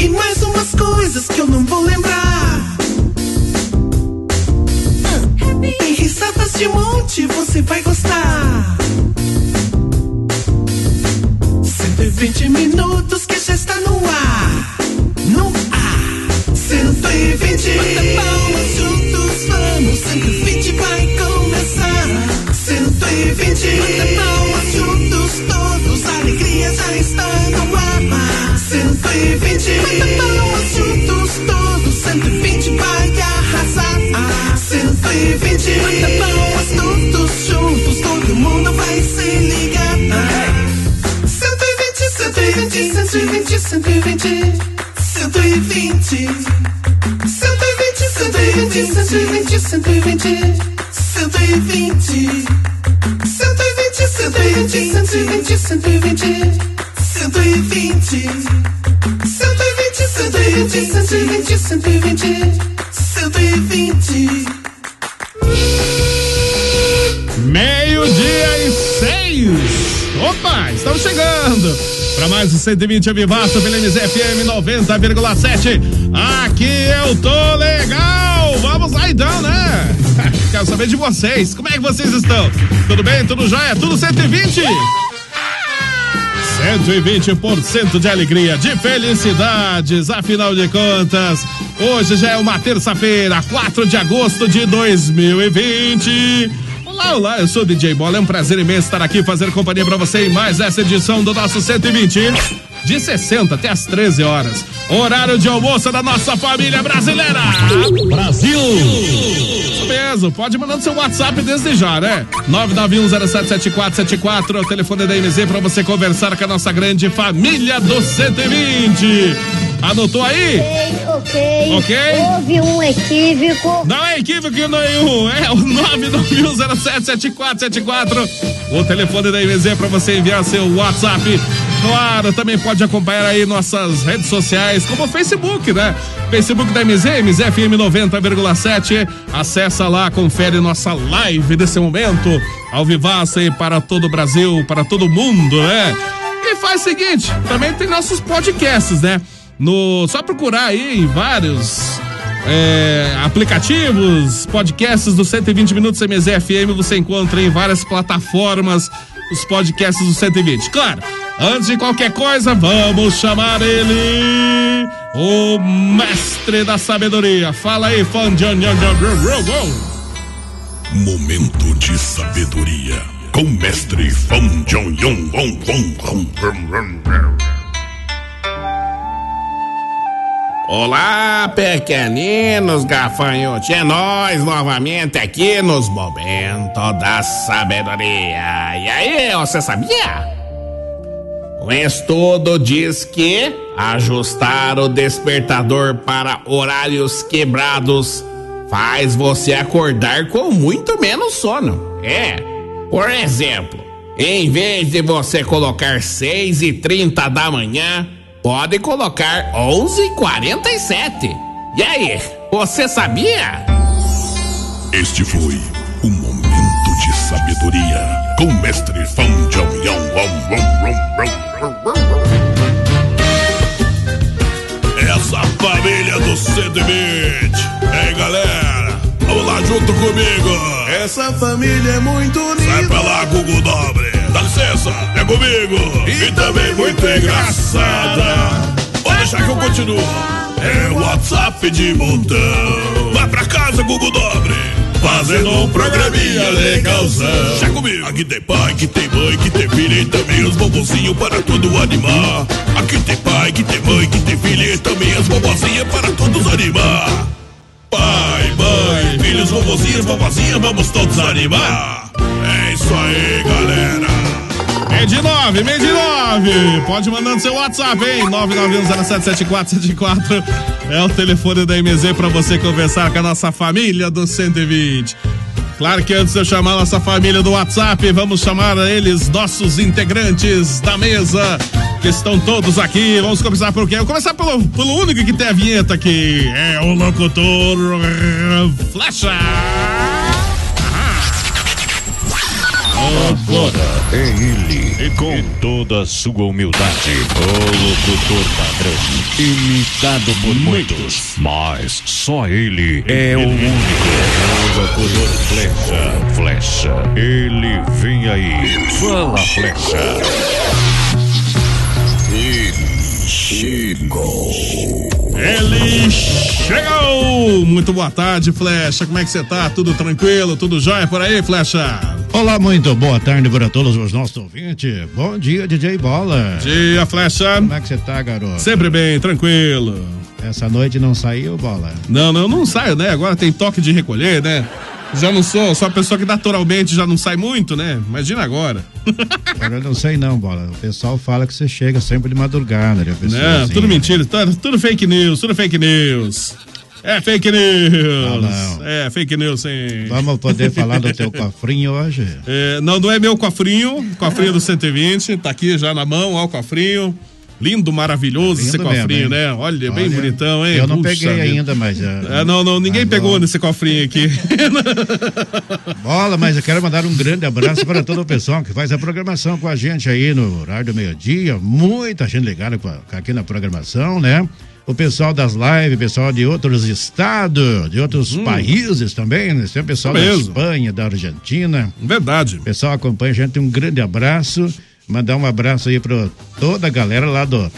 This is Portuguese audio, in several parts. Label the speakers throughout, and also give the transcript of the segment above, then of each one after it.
Speaker 1: E mais umas coisas que eu não vou lembrar. Tem risadas de monte, você vai gostar. 120 minutos que já está no ar. No ar. 120. Bata palmas juntos, vamos. 120 vai começar. 120. Bata palmas juntos, todos. A alegria já está no ar. 120. Bata palmas juntos, todos. 120 vai arrasar. Ah, 120. Bata palmas todos juntos, todo mundo vai se ligar. 120, 120, 120, 120. 120, 120, 120, 120. 120. 120, 120, 120, 120. 120. 120, 120, 120, 120. 120.
Speaker 2: Meio-dia e seis. Opa, estamos chegando para mais um 120 Vivaço pela MZFM 90,7. Aqui eu tô legal. Vamos lá então, né? Quero saber de vocês. Como é que vocês estão? Tudo bem? Tudo jóia? Tudo 120? 120% de alegria, de felicidades, afinal de contas, hoje já é uma terça-feira, 4 de agosto de 2020. Olá, olá, eu sou o DJ Bola, é um prazer imenso estar aqui fazer companhia pra você em mais essa edição do nosso 120, de 60 até as 13 horas, horário de almoço da nossa família brasileira. Brasil! Isso mesmo, pode mandar seu WhatsApp desde já, né? 991077474, é o telefone da MZ pra você conversar com a nossa grande família do 120. Anotou aí?
Speaker 3: Ok.
Speaker 2: Ok.
Speaker 3: Houve um equívoco.
Speaker 2: Não é equívoco nenhum, é o 991077474, o telefone da MZ é pra você enviar seu WhatsApp. Claro, também pode acompanhar aí nossas redes sociais, como o Facebook, né? Facebook da MZ, MZFM 90,7. Acessa lá, confere nossa live desse momento, ao vivaço aí para todo o Brasil, para todo o mundo, né? E faz o seguinte, também tem nossos podcasts, né? No, só procurar aí em vários é, aplicativos, podcasts do 120 Minutos MZFM, você encontra em várias plataformas os podcasts do 120. Claro, antes de qualquer coisa, vamos chamar ele, o mestre da sabedoria. Fala aí, fã de...
Speaker 4: Momento de sabedoria com o mestre Fão John Yong Wong Wong Wong Wong Wong Wong.
Speaker 5: Olá, pequeninos gafanhotos, é nós novamente aqui nos Momentos da Sabedoria. E aí, você sabia? O estudo diz que ajustar o despertador para horários quebrados faz você acordar com muito menos sono. É, por exemplo, em vez de você colocar 6 e 30 da manhã, pode colocar 11 e 47. E aí, você sabia?
Speaker 4: Este foi o Momento de Sabedoria com o mestre Fão John Yong Wong Wong Wong Wong Wong. Essa família do 120. Ei, galera, vamos lá junto comigo.
Speaker 6: Essa família é muito
Speaker 4: Sai pra lá, Gugu Dobre. Dá licença.
Speaker 7: moça, é comigo e também muito engraçada. Vou deixar que eu continuo. É o WhatsApp de montão. Vai pra casa, Google Dobre. Fazendo um programinha legalzão. Chega comigo. Aqui tem pai, que tem mãe, que tem filha e também os bobozinhos para todo animar. Aqui tem pai, que tem mãe, que tem filha e também as bobozinhas para todos animar. Pai, mãe, filhos, vovozinhos, vovozinhas, vamos todos animar. É isso aí, galera.
Speaker 2: Meio de nove, meio de nove. Pode mandando seu WhatsApp, hein? 991077474 é o telefone da MZ pra você conversar com a nossa família do 120. Claro que antes de eu chamar a nossa família do WhatsApp, vamos chamar eles, nossos integrantes da mesa, que estão todos aqui. Vamos começar por quê? Vamos começar pelo, pelo único que tem a vinheta aqui. É o locutor Flecha.
Speaker 8: Agora é ele, e com toda a sua humildade, o locutor padrão, imitado por muitos, mas só ele é o único. O locutor Flecha, Flecha, ele vem aí, fala Flecha.
Speaker 7: Ele chegou.
Speaker 2: Ele chegou! Muito boa tarde, Flecha. Como é que você tá? Tudo tranquilo? Tudo jóia por aí, Flecha?
Speaker 9: Olá, muito boa tarde para todos os nossos ouvintes. Bom dia, DJ Bola.
Speaker 2: Dia, Flecha. Como
Speaker 9: é que você tá, garoto?
Speaker 2: Sempre bem, tranquilo.
Speaker 9: Essa noite não saiu, Bola?
Speaker 2: Não, não, não saio, né? Agora tem toque de recolher, né? Já não sou, sou a pessoa que naturalmente já não sai muito, né? Imagina agora.
Speaker 9: Agora eu não sei não, Bola. O pessoal fala que você chega sempre de madrugada. Né?
Speaker 2: Não, tudo mentira, tudo, tudo fake news, tudo fake news. É fake news.
Speaker 9: não.
Speaker 2: É fake news, sim.
Speaker 9: Vamos poder falar do teu cofrinho hoje?
Speaker 2: É, não, não é meu cofrinho, cofrinho do 120, tá aqui já na mão, ó o cofrinho. Lindo, maravilhoso esse
Speaker 9: Lindo mesmo,
Speaker 2: cofrinho,
Speaker 9: hein?
Speaker 2: né? Olha, bem
Speaker 9: Olha,
Speaker 2: bonitão, hein?
Speaker 9: Eu não
Speaker 2: Puxa
Speaker 9: peguei
Speaker 2: vida.
Speaker 9: ainda, mas... ah,
Speaker 2: Ah, não, não, ninguém pegou nesse cofrinho aqui.
Speaker 9: Bola, mas eu quero mandar um grande abraço para todo o pessoal que faz a programação com a gente aí no horário do meio-dia. Muita gente ligada com a- aqui na programação, né? O pessoal das lives, pessoal de outros estados, de outros países também, né? Tem o pessoal da
Speaker 2: Hum. Mesmo.
Speaker 9: Espanha, da Argentina.
Speaker 2: Verdade.
Speaker 9: O pessoal acompanha a gente, um grande abraço. Mandar um abraço aí para toda a galera lá do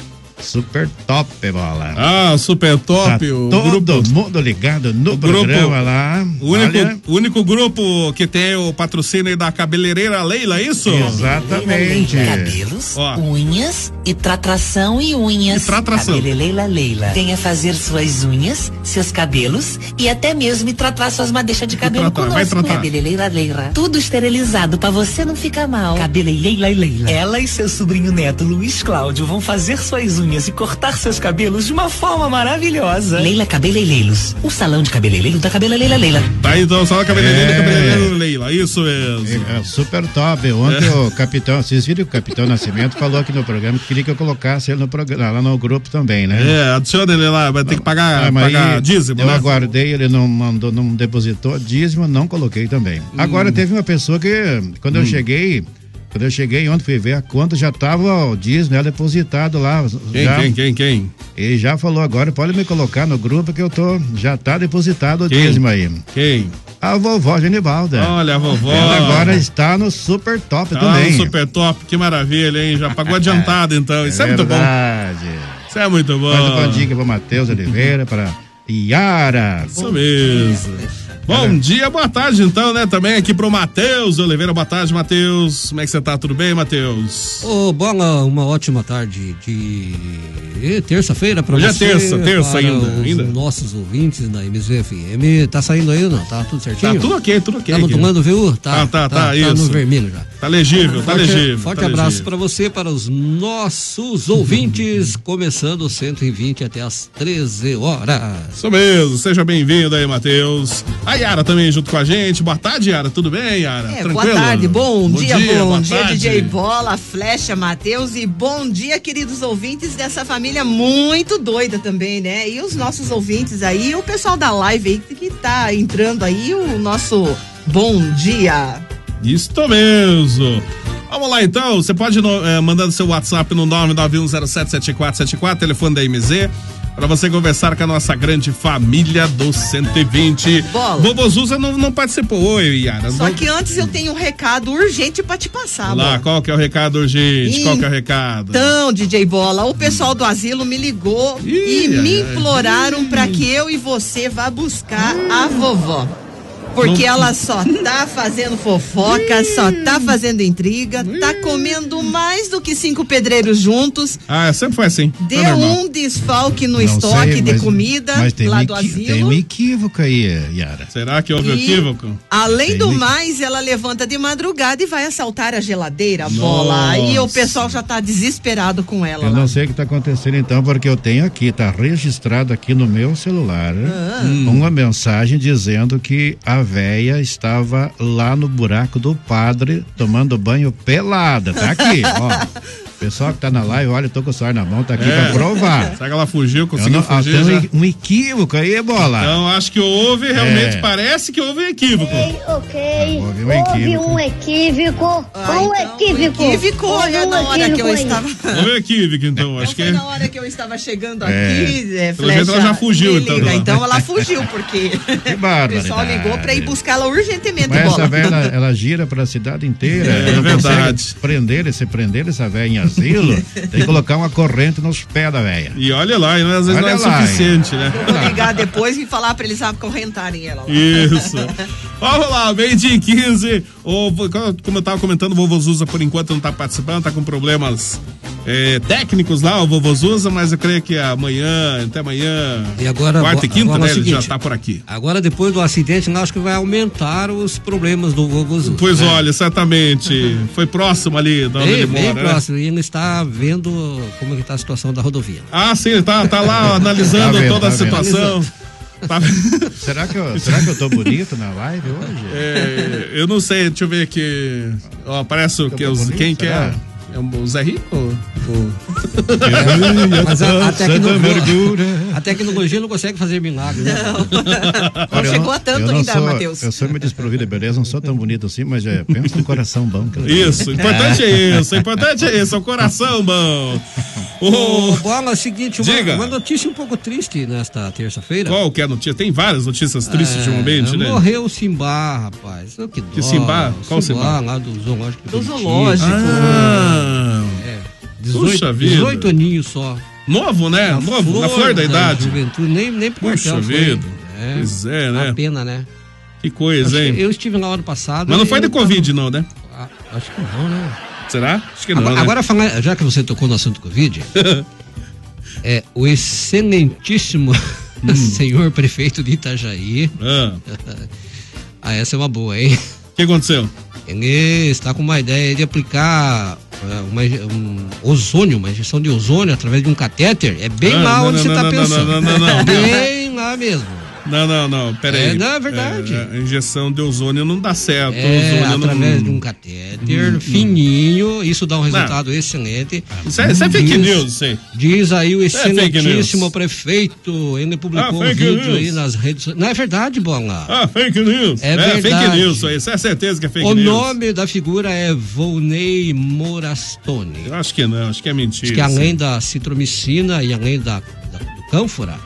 Speaker 9: Super Top Bola.
Speaker 2: Ah, super
Speaker 9: Tá
Speaker 2: top. o
Speaker 9: todo
Speaker 2: grupo,
Speaker 9: mundo ligado no
Speaker 2: grupo-
Speaker 9: programa lá.
Speaker 2: o único,
Speaker 9: Olha,
Speaker 2: o único grupo que tem o patrocínio da cabeleireira Leila, é isso?
Speaker 9: Exatamente.
Speaker 10: Cabelos,
Speaker 2: Ó.
Speaker 10: unhas e tratração e unhas.
Speaker 2: E tratração.
Speaker 10: Cabelo é Leila Leila. Venha fazer suas unhas, seus cabelos e até mesmo e tratar suas madeixas de cabelo
Speaker 2: tratar, vai
Speaker 10: conosco.
Speaker 2: tratar.
Speaker 10: Cabelo é Leila Leila. Tudo esterilizado pra você não ficar mal. Cabelo é Leila Leila. Ela e seu sobrinho neto Luiz Cláudio vão fazer suas unhas e cortar seus cabelos de uma forma maravilhosa. Leila Cabeleireiros, o salão de cabeleireiro da Cabelo é Leila Leila.
Speaker 2: Tá aí, então, só a cabeleireira
Speaker 9: É.
Speaker 2: da cabeleireira Leila, isso mesmo. É.
Speaker 9: É super top. Ontem o capitão, vocês viram que o capitão Nascimento falou aqui no programa que queria que eu colocasse ele no programa, lá no grupo também, né?
Speaker 2: É, adiciona ele lá, vai ter que pagar,
Speaker 9: Ah, mas
Speaker 2: pagar
Speaker 9: aí
Speaker 2: dízimo,
Speaker 9: eu
Speaker 2: né?
Speaker 9: aguardei, ele não mandou, não depositou dízimo, não coloquei
Speaker 2: Hum.
Speaker 9: também. Agora teve uma pessoa que, quando eu cheguei, quando eu cheguei ontem, fui ver a conta, já tava o dízimo, né, depositado lá.
Speaker 2: Quem,
Speaker 9: já,
Speaker 2: quem, quem, quem?
Speaker 9: E já falou agora, pode me colocar no grupo que eu tô, já tá depositado o
Speaker 2: Quem?
Speaker 9: dízimo aí.
Speaker 2: Quem?
Speaker 9: A vovó Genibalda.
Speaker 2: Olha a vovó.
Speaker 9: Ela agora está no super top
Speaker 2: Ah,
Speaker 9: também.
Speaker 2: um super top, que maravilha, hein? Já pagou adiantado, então. Isso é, muito bom.
Speaker 9: verdade.
Speaker 2: Isso é muito bom.
Speaker 9: Mais uma dica para Matheus Oliveira, para Yara.
Speaker 2: Isso mesmo. Bom dia, boa tarde então, né? Também aqui pro Matheus Oliveira. Boa tarde, Matheus. Como é que você tá? Tudo bem, Matheus?
Speaker 11: Ô, Bola, uma ótima tarde de eh, terça-feira para
Speaker 2: Hoje é
Speaker 11: você.
Speaker 2: terça, terça
Speaker 11: para
Speaker 2: ainda,
Speaker 11: Os
Speaker 2: ainda.
Speaker 11: nossos ouvintes da MZFM. Tá saindo aí ou não? Tá tudo certinho?
Speaker 2: Tá tudo ok, tudo ok.
Speaker 11: Tá no
Speaker 2: aqui.
Speaker 11: tomando VU? Tá,
Speaker 2: Tá, tá, tá, isso.
Speaker 11: no vermelho já.
Speaker 2: Tá legível, tá
Speaker 11: forte
Speaker 2: legível.
Speaker 11: forte
Speaker 2: tá
Speaker 11: abraço
Speaker 2: legível.
Speaker 11: para você, para os nossos ouvintes, começando o 120 até as 13 horas.
Speaker 2: Isso mesmo, seja bem-vindo aí, Matheus. A Yara também junto com a gente. Boa tarde, Yara. Tudo bem, Yara?
Speaker 12: É,
Speaker 2: Tranquilo?
Speaker 12: boa tarde, bom, dia,
Speaker 2: boa
Speaker 12: bom dia,
Speaker 2: tarde.
Speaker 12: DJ Bola, Flecha, Matheus e bom dia, queridos ouvintes dessa família muito doida também, né? E os nossos ouvintes aí, o pessoal da live aí que tá entrando aí, o nosso bom dia.
Speaker 2: Isso mesmo. Vamos lá então, um você pode no, eh, mandando seu WhatsApp no 991077474, telefone da MZ, para você conversar com a nossa grande família do 120.
Speaker 12: Bola.
Speaker 2: Vovô Zuza não, não participou, oi, Yara.
Speaker 12: Só
Speaker 2: Vamos-
Speaker 12: que tá antes eu tenho um recado urgente pra te passar,
Speaker 2: Lá,
Speaker 12: mano.
Speaker 2: qual que é o recado, gente? Qual que é o recado?
Speaker 12: Então, DJ Bola, o pessoal do asilo me ligou e
Speaker 2: ai.
Speaker 12: me imploraram pra que eu e você vá buscar a vovó. Porque
Speaker 1: Não-
Speaker 12: ela só tá fazendo fofoca, só tá fazendo intriga, tá comendo mais do que cinco pedreiros juntos.
Speaker 2: Ah, sempre foi assim. É
Speaker 12: Deu
Speaker 2: normal.
Speaker 12: um desfalque no
Speaker 9: Não
Speaker 12: estoque
Speaker 9: sei,
Speaker 12: de
Speaker 9: mas-
Speaker 12: comida
Speaker 9: mas tem um
Speaker 12: lá do
Speaker 9: equi-
Speaker 12: asilo.
Speaker 9: Tem um equívoco aí, Yara.
Speaker 2: Será que houve
Speaker 12: E,
Speaker 2: equívoco?
Speaker 12: Além
Speaker 9: Tem
Speaker 12: do
Speaker 9: um
Speaker 12: mais, ela levanta de madrugada e vai assaltar a geladeira, a bola. Aí o
Speaker 9: Nossa.
Speaker 12: pessoal já tá desesperado com ela
Speaker 9: Eu
Speaker 12: lá.
Speaker 9: não sei o que está acontecendo então, porque eu tenho aqui, tá registrado aqui no meu celular
Speaker 12: Ah.
Speaker 9: uma mensagem dizendo que a véia estava lá no buraco do padre tomando banho pelada. Tá aqui, ó. Pessoal que tá na live, olha, eu tô com o celular na mão, tá aqui
Speaker 2: É.
Speaker 9: pra provar.
Speaker 2: Será que ela fugiu,
Speaker 9: Eu
Speaker 2: conseguiu
Speaker 9: não, ah,
Speaker 2: fugir?
Speaker 9: tem um
Speaker 2: já?
Speaker 9: e- um equívoco aí, bola.
Speaker 2: Então acho que houve, realmente
Speaker 9: É.
Speaker 2: parece que houve equívoco.
Speaker 3: Ok,
Speaker 9: houve um
Speaker 3: houve
Speaker 9: equívoco.
Speaker 3: um equívoco. um equívoco.
Speaker 12: Ah, então, equívoco, olha,
Speaker 3: Houve um
Speaker 12: na hora que eu
Speaker 3: equívoco aí.
Speaker 12: estava-
Speaker 2: Houve equívoco, então. Acho que.
Speaker 12: Na hora que eu estava chegando
Speaker 2: É.
Speaker 12: aqui, é,
Speaker 2: Pelo jeito
Speaker 12: Flecha,
Speaker 2: ela já fugiu,
Speaker 12: me
Speaker 2: então,
Speaker 12: liga.
Speaker 2: né?
Speaker 12: Então ela fugiu, porque o
Speaker 9: barbaridade.
Speaker 12: pessoal ligou pra ir buscá-la urgentemente,
Speaker 9: Mas
Speaker 12: bola.
Speaker 9: essa velha, ela, ela gira pra cidade inteira.
Speaker 2: É,
Speaker 9: ela não
Speaker 2: é
Speaker 9: consegue
Speaker 2: verdade.
Speaker 9: Prender, e se prender essa velha em asilo, tem que colocar uma corrente nos pés da velha.
Speaker 2: E olha lá, e às vezes
Speaker 9: Olha
Speaker 2: não é
Speaker 9: lá,
Speaker 2: suficiente, né?
Speaker 12: Vou ligar depois e falar pra eles acorrentarem ela lá.
Speaker 2: Isso. Vamos lá, meio dia e 15. O, vo- como eu tava comentando, o vovô Zuza por enquanto não tá participando, tá com problemas é, técnicos lá, o vovô Zuza, mas eu creio que amanhã, até amanhã,
Speaker 11: E agora,
Speaker 2: quarta
Speaker 11: agora
Speaker 2: e quinta,
Speaker 11: é o
Speaker 2: né, ele já
Speaker 11: seguinte.
Speaker 2: tá por aqui.
Speaker 11: Agora, depois do acidente, nós acho que vai aumentar os problemas do vovô Zuza.
Speaker 2: Pois
Speaker 11: né?
Speaker 2: olha, certamente, foi próximo ali da onde
Speaker 11: Bem,
Speaker 2: ele
Speaker 11: bem
Speaker 2: mora, né?
Speaker 11: próximo. E ele está vendo como é que está a situação da rodovia.
Speaker 2: Ah, sim, ele tá, tá lá analisando
Speaker 11: Tá vendo,
Speaker 2: toda a
Speaker 11: tá vendo.
Speaker 2: situação. Tá
Speaker 9: Será que, eu, será que eu tô bonito na live hoje?
Speaker 2: É, eu não sei, deixa eu ver aqui. Ó, parece o que os,
Speaker 9: bonito,
Speaker 2: quem que é?
Speaker 9: será?
Speaker 2: É o Zé Rico?
Speaker 11: Mas a, a, tecno-
Speaker 9: mergulha.
Speaker 11: a tecnologia não consegue fazer milagre. Né?
Speaker 9: Olha, eu
Speaker 11: chegou a tanto
Speaker 9: eu não
Speaker 11: ainda,
Speaker 9: sou-
Speaker 11: Matheus.
Speaker 9: Eu sou meio desprovido, de beleza? Não sou tão bonito assim, mas é, pensa um coração bom. que eu tenho.
Speaker 2: Isso, o importante é isso, o importante é isso, é o coração, bom.
Speaker 11: Ô, Bola, é o seguinte, uma,
Speaker 2: Diga.
Speaker 11: uma notícia um pouco triste nesta terça-feira.
Speaker 2: Qual que é a notícia? Tem várias notícias tristes
Speaker 11: É,
Speaker 2: ultimamente, né?
Speaker 11: Morreu o Simba, rapaz. Oh, que dó.
Speaker 2: Que Simba? Qual Simba?
Speaker 11: lá do zoológico.
Speaker 2: Do
Speaker 11: de Curitiba.
Speaker 2: zoológico. Ah.
Speaker 11: é.
Speaker 2: Puxa
Speaker 11: 18,
Speaker 2: vida.
Speaker 11: 18 aninhos só.
Speaker 2: Novo, né? Novo, na flor da idade.
Speaker 11: Juventude, nem, nem pro
Speaker 2: Puxa
Speaker 11: quartel foi.
Speaker 2: vida.
Speaker 11: É.
Speaker 2: Pois é, né?
Speaker 11: Uma pena, né?
Speaker 2: Que coisa,
Speaker 11: Acho que
Speaker 2: hein?
Speaker 11: Eu estive lá ano passado.
Speaker 2: Mas não foi
Speaker 11: eu
Speaker 2: de
Speaker 11: tava-
Speaker 2: Covid, não, né?
Speaker 11: Ah, Acho que não, né?
Speaker 2: Será? Acho que não.
Speaker 11: Agora,
Speaker 2: né?
Speaker 11: agora falar- já que você tocou no assunto Covid, é, o excelentíssimo
Speaker 2: Hum.
Speaker 11: senhor prefeito de Itajaí. ah, essa é uma boa, hein?
Speaker 2: O que aconteceu?
Speaker 11: Ele está com uma ideia de aplicar é, uma inje- um ozônio, uma injeção de ozônio através de um catéter. É bem
Speaker 2: Ah,
Speaker 11: lá
Speaker 2: não,
Speaker 11: onde
Speaker 2: não,
Speaker 11: você
Speaker 2: não,
Speaker 11: está
Speaker 2: não, não,
Speaker 11: pensando.
Speaker 2: não, não, não.
Speaker 11: Bem lá mesmo.
Speaker 2: Não, não, não, peraí.
Speaker 11: É, não, é verdade.
Speaker 2: É, a injeção de ozônio não dá certo.
Speaker 11: É,
Speaker 2: ozônio
Speaker 11: através
Speaker 2: não...
Speaker 11: de um
Speaker 2: Hum,
Speaker 11: catéter fininho, isso dá um resultado excelente. Hum.
Speaker 2: Isso é- isso é fake
Speaker 11: Diz-
Speaker 2: news, isso aí.
Speaker 11: Diz aí o
Speaker 2: Isso é fake news.
Speaker 11: excelentíssimo prefeito, ele publicou
Speaker 2: Ah,
Speaker 11: um
Speaker 2: fake
Speaker 11: vídeo
Speaker 2: news.
Speaker 11: aí nas redes sociais. Não é verdade, Bola?
Speaker 2: Ah, fake news.
Speaker 11: É verdade.
Speaker 2: fake news isso aí. Isso é certeza que é fake
Speaker 11: o
Speaker 2: news.
Speaker 11: nome da figura é Volney Morastone.
Speaker 2: Eu acho que não, acho que é mentira.
Speaker 11: Diz que além da citromicina e além da, da- do cânfora,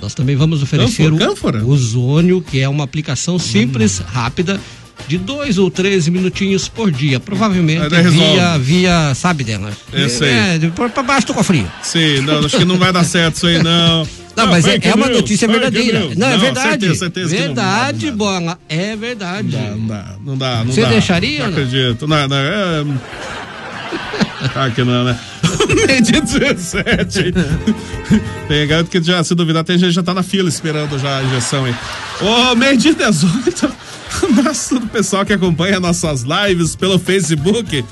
Speaker 11: nós também vamos oferecer
Speaker 2: Cânfora?
Speaker 11: o
Speaker 2: Hum.
Speaker 11: ozônio, que é uma aplicação simples, rápida, de dois ou três minutinhos por dia. Provavelmente
Speaker 2: Aí resolve.
Speaker 11: via, via, sabe dela?
Speaker 2: Eu sei.
Speaker 11: É, de- pra pra baixo do cofrinho.
Speaker 2: Sim, não, acho que não vai dar certo isso aí, não.
Speaker 11: Não, mas é,
Speaker 2: fake
Speaker 11: é uma
Speaker 2: news,
Speaker 11: notícia
Speaker 2: fake
Speaker 11: verdadeira.
Speaker 2: news.
Speaker 11: Não, é verdade.
Speaker 2: Certeza, certeza que não dá.
Speaker 11: verdade, Bola. É verdade.
Speaker 2: Não dá, não dá, Ah, não
Speaker 11: Você
Speaker 2: dá.
Speaker 11: deixaria
Speaker 2: Não
Speaker 11: ou não?
Speaker 2: acredito. Não, não, é... Ah, que não, né? Meio-dia 17. Tem garoto que já, se duvidar, tem gente que já tá na fila esperando já a injeção aí. Ô, meio-dia 18. Abraço do pessoal que acompanha nossas lives pelo Facebook.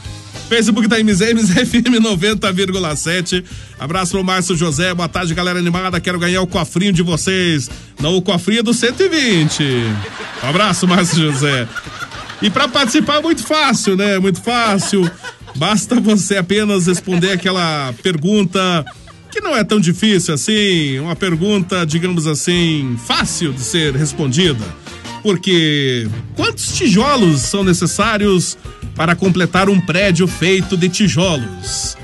Speaker 2: Facebook tá da MZMs FM 90,7. Abraço pro Márcio José. Boa tarde, galera animada. Quero ganhar o cofrinho de vocês. Não, o cofrinho é do 120. Um abraço, Márcio José. E para participar é muito fácil, né? Muito fácil. Basta você apenas responder aquela pergunta que não é tão difícil assim, uma pergunta, digamos assim, fácil de ser respondida. Porque quantos tijolos são necessários para completar um prédio feito de tijolos?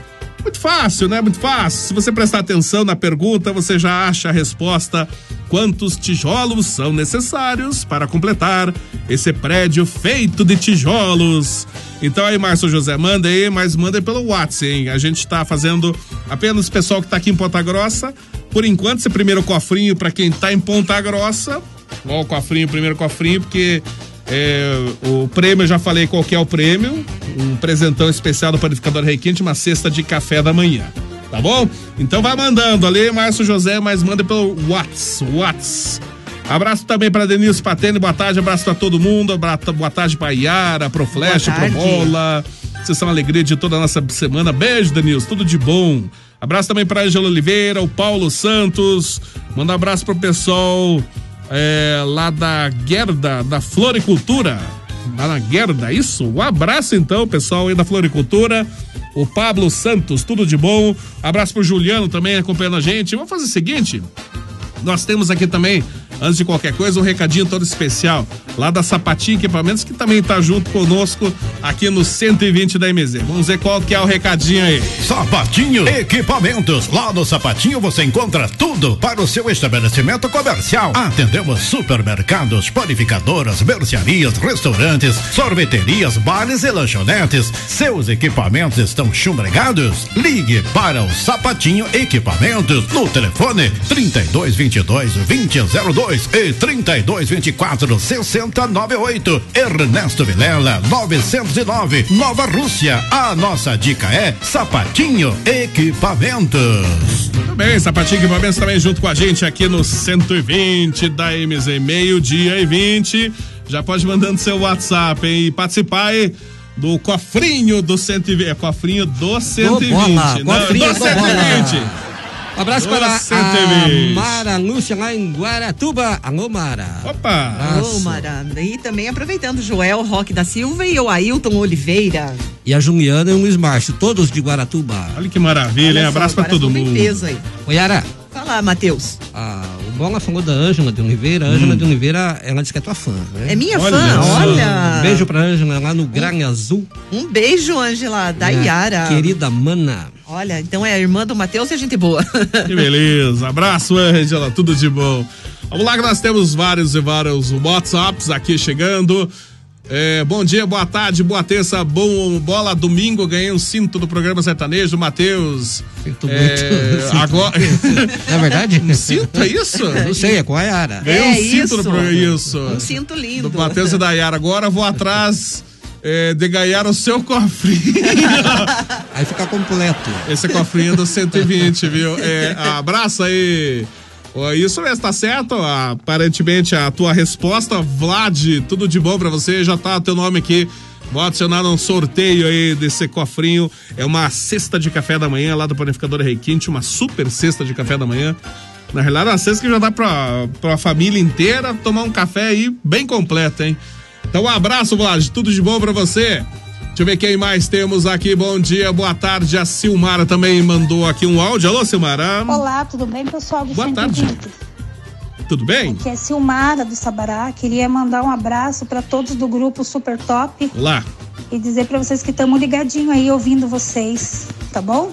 Speaker 2: Muito fácil, né? Muito fácil. Se você prestar atenção na pergunta, você já acha a resposta. Quantos tijolos são necessários para completar esse prédio feito de tijolos? Então aí, Márcio José, manda aí, mas manda aí pelo WhatsApp, hein? A gente tá fazendo apenas o pessoal que tá aqui em Ponta Grossa. Por enquanto, esse primeiro cofrinho para quem tá em Ponta Grossa. Ó, o cofrinho, o primeiro cofrinho, porque é, o prêmio, eu já falei qual que é o prêmio. Um presentão especial do Panificador Requinte, uma cesta de café da manhã. Tá bom? Então vai mandando ali, Márcio José, mas manda pelo Whats, Whats. Abraço também pra Denise Patene, boa tarde, abraço pra todo mundo, abra- boa tarde pra Yara, pro Flash,
Speaker 7: Boa
Speaker 2: pro
Speaker 7: tarde.
Speaker 2: Mola. Vocês são a alegria de toda a nossa semana. Beijo, Denilson, tudo de bom. Abraço também pra Angela Oliveira, o Paulo Santos. Manda um abraço pro pessoal é, lá da Gerda, da Floricultura. Lá na Gerda, isso? Um abraço então, pessoal aí da Floricultura. O Pablo Santos, tudo de bom. Abraço pro Juliano também acompanhando a gente. Vamos fazer o seguinte: nós temos aqui também, antes de qualquer coisa, um recadinho todo especial lá da Sapatinho Equipamentos, que também tá junto conosco aqui no 120 da MZ. Vamos ver qual que é o recadinho aí.
Speaker 13: Sapatinho Equipamentos. Lá no Sapatinho você encontra tudo para o seu estabelecimento comercial. Atendemos supermercados, panificadoras, mercearias, restaurantes, sorveterias, bares e lanchonetes. Seus equipamentos estão chumbregados? Ligue para o Sapatinho Equipamentos no telefone 3222 2002 e 3224 6098. Ernesto Vilela 909, Nova Rússia. A nossa dica é Sapatinho Equipamentos.
Speaker 2: Também, Sapatinho Equipamentos também junto com a gente aqui no 120 da MZ, meio-dia e 20. Já pode mandando seu WhatsApp hein? e participar aí do cofrinho do 120. É cofrinho do 120.
Speaker 11: bola,
Speaker 2: não,
Speaker 11: cofrinho
Speaker 2: né? do
Speaker 11: do bola.
Speaker 2: 120.
Speaker 11: Um abraço
Speaker 2: Boa,
Speaker 11: para a
Speaker 2: 120.
Speaker 11: Mara Lúcia lá em Guaratuba. Alô, Mara.
Speaker 2: Opa!
Speaker 12: Alô, Maranda. E também aproveitando Joel Roque da Silva e o Ailton Oliveira.
Speaker 11: E a Juliana e o Luiz Márcio, todos de Guaratuba.
Speaker 2: Olha que maravilha, hein? um Abraço pra todo mundo.
Speaker 12: Peso aí.
Speaker 11: Oi, Yara.
Speaker 12: Fala, Matheus.
Speaker 11: Ah, o Bola falou da Ângela de Oliveira. A
Speaker 2: Hum.
Speaker 11: Ângela de Oliveira, ela disse que é tua fã, né?
Speaker 12: É minha fã?
Speaker 11: só.
Speaker 12: Olha.
Speaker 11: Um beijo pra Ângela lá no Gran Azul.
Speaker 12: Um beijo,
Speaker 2: É,
Speaker 12: Ângela, da
Speaker 11: minha
Speaker 12: Yara.
Speaker 11: Querida mana.
Speaker 12: Olha, então é a irmã do Matheus e a gente boa.
Speaker 2: Que beleza. Abraço, Ângela. Tudo de bom. Vamos lá que nós temos vários e vários WhatsApps aqui chegando. É, bom dia, boa tarde, boa terça, bom bola. Domingo ganhei um cinto do programa sertanejo, Matheus. Sinto
Speaker 11: muito. Sinto
Speaker 2: agora...
Speaker 11: Não é verdade?
Speaker 2: Um cinto, é isso?
Speaker 11: Não sei, é com a Yara.
Speaker 2: Ganhei um cinto do programa. Isso.
Speaker 12: Um cinto lindo.
Speaker 2: Do Matheus e da Yara. Agora vou atrás é, de ganhar o seu cofrinho.
Speaker 11: Aí fica completo.
Speaker 2: Esse cofrinho é do 120, viu? É, abraça aí. Ó, Isso mesmo, tá certo? Aparentemente a tua resposta, Vlad, tudo de bom pra você, já tá teu nome aqui. Vou adicionar um sorteio aí desse cofrinho. É uma cesta de café da manhã lá do Panificador Requinte, uma super cesta de café da manhã. Na realidade, uma cesta que já dá pra, pra família inteira tomar um café aí bem completo, hein? Então, um abraço, Vlad, tudo de bom pra você. Deixa eu ver quem mais temos aqui. Bom dia, boa tarde. A Silmara também mandou aqui um áudio. Alô, Silmara.
Speaker 14: Olá, tudo bem, pessoal do
Speaker 2: Boa
Speaker 14: 120?
Speaker 2: Tudo bem?
Speaker 14: Aqui é Silmara do Sabará. Queria mandar um abraço para todos do grupo Super Top
Speaker 2: Olá.
Speaker 14: e dizer para vocês que estamos ligadinho aí ouvindo vocês, tá bom?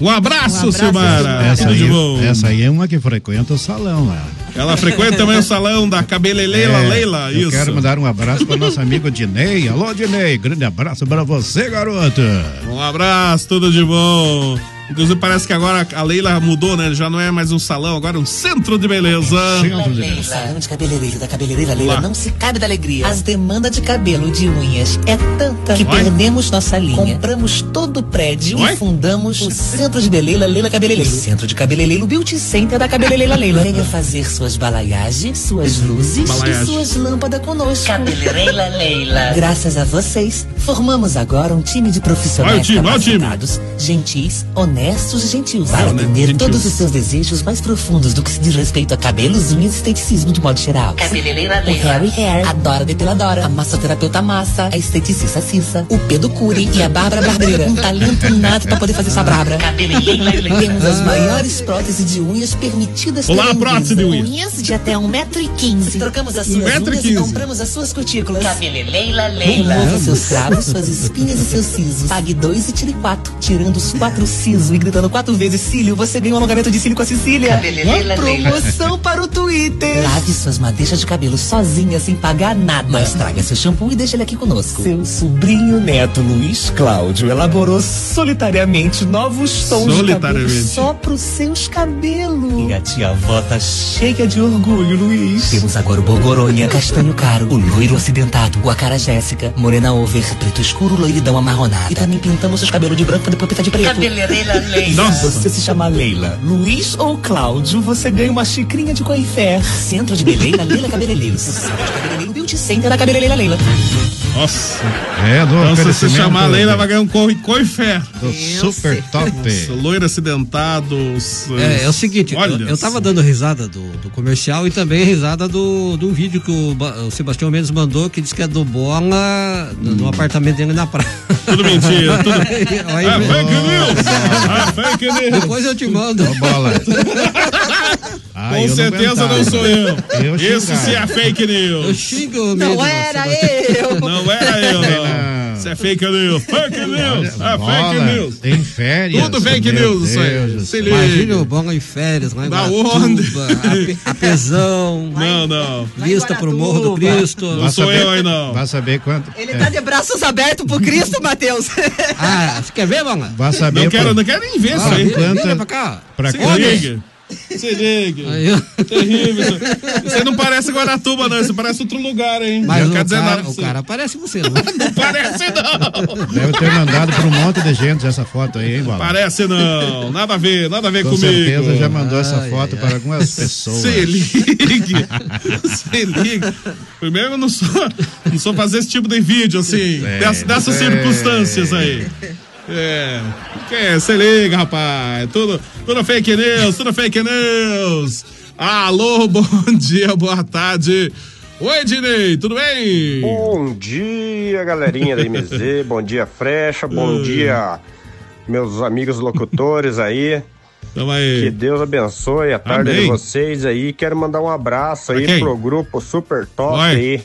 Speaker 2: Um abraço, Silmara.
Speaker 9: Essa
Speaker 2: Tudo
Speaker 9: aí,
Speaker 2: de bom.
Speaker 9: essa aí é uma que frequenta o salão lá.
Speaker 2: Ela frequenta também o salão da Cabeleleila
Speaker 9: É,
Speaker 2: Leila.
Speaker 9: eu
Speaker 2: Isso.
Speaker 9: quero mandar um abraço para o nosso amigo Dinei. Alô, Dinei, grande abraço para você, garoto.
Speaker 2: Um abraço, tudo de bom. Inclusive, parece que agora a Leila mudou, né? Já não é mais um salão, agora é um centro de beleza.
Speaker 10: Também, Salão de cabeleireiro da cabeleireira
Speaker 2: Lá.
Speaker 10: Leila não se cabe da alegria. As demandas de cabelo de unhas é tanta que
Speaker 2: Oi.
Speaker 10: perdemos nossa linha. Compramos todo o prédio
Speaker 2: Oi.
Speaker 10: e fundamos o Centro de Beleila Leila Cabeleireiro. O Centro de Cabeleireiro Beauty Center da Cabeleireira Leila. Venha fazer suas balaiagens, suas luzes
Speaker 1: Balaiagem.
Speaker 10: e suas lâmpadas conosco.
Speaker 1: Cabeleireira Leila.
Speaker 10: Graças a vocês, formamos agora um time de profissionais
Speaker 1: Olha o time, né? olha o time.
Speaker 10: capacitados, gentis, honestos
Speaker 7: honestos e gentis para atender todos os seus desejos mais profundos do que se diz respeito a cabelos, unhas e esteticismo de modo geral.
Speaker 15: Cabeleireira
Speaker 7: O
Speaker 15: Leila.
Speaker 7: Harry Hair, a Dora Depiladora, a massoterapeuta Massa, a esteticista Cissa, o Pedro Cury e a Bárbara Barbeira. Um talento nato pra poder fazer sua bárbara.
Speaker 15: Cabeleireira Leila.
Speaker 7: Temos as maiores próteses de unhas permitidas
Speaker 15: Olá,
Speaker 7: pela
Speaker 15: prótese
Speaker 7: Anvisa.
Speaker 15: de unhas.
Speaker 7: Unhas de até 1,15m. Trocamos as suas
Speaker 15: 1,15 m.
Speaker 7: unhas e compramos as suas cutículas.
Speaker 15: Cabeleireira Leila.
Speaker 7: Remova seus cravos, suas espinhas e seus sisos. Pague dois e tire quatro. Tirando os quatro sisos e gritando quatro vezes cílio, você ganha um alongamento de cílio com a Cecília.
Speaker 15: Cabeleireira Leila.
Speaker 7: Promoção para o Twitter. Lave suas madeixas de cabelo sozinha, sem pagar nada. Mas traga seu shampoo e deixa ele aqui conosco.
Speaker 10: Seu sobrinho neto Luiz Cláudio elaborou solitariamente novos tons de cabelo
Speaker 7: Solitariamente.
Speaker 10: só pros seus cabelos. E a tia avó tá cheia de orgulho, Luiz.
Speaker 7: Temos agora o Borgoronha, Castanho Caro, o Loiro Acidentado, o Acara Jéssica, Morena Over, Preto Escuro, Loiridão Amarronado. E também pintamos seus cabelos de branco pra depois pintar de preto.
Speaker 15: Cabeleireira
Speaker 10: Leila. Se você se chamar Leila, Luiz ou Cláudio, você ganha uma xicrinha de coifé.
Speaker 7: Centro de Belém, na Leila Cabeleireiros. Salão de Cabeleireiro Beauty Center da Cabeleireira Leila.
Speaker 2: Nossa.
Speaker 9: É, do
Speaker 2: Então, se você
Speaker 9: oferecimento-
Speaker 2: chamar a Leila, vai ganhar um corre e fé.
Speaker 9: super top.
Speaker 2: Loiro acidentado. os-
Speaker 11: É, é o seguinte,
Speaker 2: Olha
Speaker 11: eu, eu tava dando risada do, do comercial e também risada do, do vídeo que o, Ba- o Sebastião Mendes mandou, que diz que é do Bola no, no apartamento dele na praia.
Speaker 2: Hum. Tudo mentira, tudo- É fake news! É fake news!
Speaker 11: Depois eu te mando.
Speaker 2: Com
Speaker 11: eu não
Speaker 2: certeza não,
Speaker 11: aguentava.
Speaker 2: sou eu.
Speaker 11: Eu
Speaker 2: Isso
Speaker 11: xingava.
Speaker 2: se é fake news.
Speaker 11: Eu xingo
Speaker 2: o
Speaker 11: mesmo,
Speaker 2: eu. Não era eu, não. Isso é fake news. Fake news. É fake
Speaker 9: Bola,
Speaker 2: news.
Speaker 9: Tem férias.
Speaker 2: Tudo fake
Speaker 9: Meu
Speaker 2: news isso aí.
Speaker 9: Deus do
Speaker 2: Se
Speaker 9: céu.
Speaker 2: liga.
Speaker 11: Imagina o Bola em férias, lá em
Speaker 2: Da
Speaker 11: Guaratuba,
Speaker 2: onde?
Speaker 11: a, a pesão.
Speaker 2: Não, não.
Speaker 11: Vista pro Morro do Cristo.
Speaker 9: Vai saber- Vai saber quanto.
Speaker 12: Ele tá de braços abertos pro Cristo, Matheus.
Speaker 11: Ah, você quer ver, Bola?
Speaker 9: Vai saber.
Speaker 2: Não quero- não quero nem
Speaker 9: Ah,
Speaker 2: ver isso aí.
Speaker 9: Quanto,
Speaker 2: Vira
Speaker 11: pra cá.
Speaker 9: Pra
Speaker 2: Se
Speaker 9: quanto-
Speaker 2: liga. Se liga. Terrível. Você não parece Guaratuba, não. Você parece outro lugar, hein?
Speaker 11: Mas
Speaker 2: não
Speaker 11: o
Speaker 2: quero dizer
Speaker 11: cara-
Speaker 2: nada pra
Speaker 11: o
Speaker 2: você.
Speaker 11: cara parece você,
Speaker 2: Não parece, não.
Speaker 9: é? Deve ter mandado pra um monte de gente essa foto aí, hein, Bola?
Speaker 2: Parece, não. Nada a ver, nada a ver
Speaker 9: Com
Speaker 2: comigo.
Speaker 9: certeza já mandou essa foto para algumas pessoas.
Speaker 2: Se ligue. Se ligue. Primeiro, eu não sou, não sou fazer esse tipo de vídeo, assim,
Speaker 9: É,
Speaker 2: dessas, dessas
Speaker 9: é.
Speaker 2: circunstâncias aí. É. Que- se liga, rapaz. Tudo, tudo fake news, tudo fake news. Alô, bom dia, boa tarde. Oi, Dinei, tudo bem?
Speaker 16: Bom dia, galerinha da MZ. bom dia, Frecha. Bom dia, meus amigos locutores aí. Que Deus abençoe a tarde
Speaker 17: Amém.
Speaker 16: de vocês aí. Quero mandar um abraço aí
Speaker 17: Pra quem?
Speaker 16: pro grupo super top
Speaker 17: Vai.
Speaker 16: aí.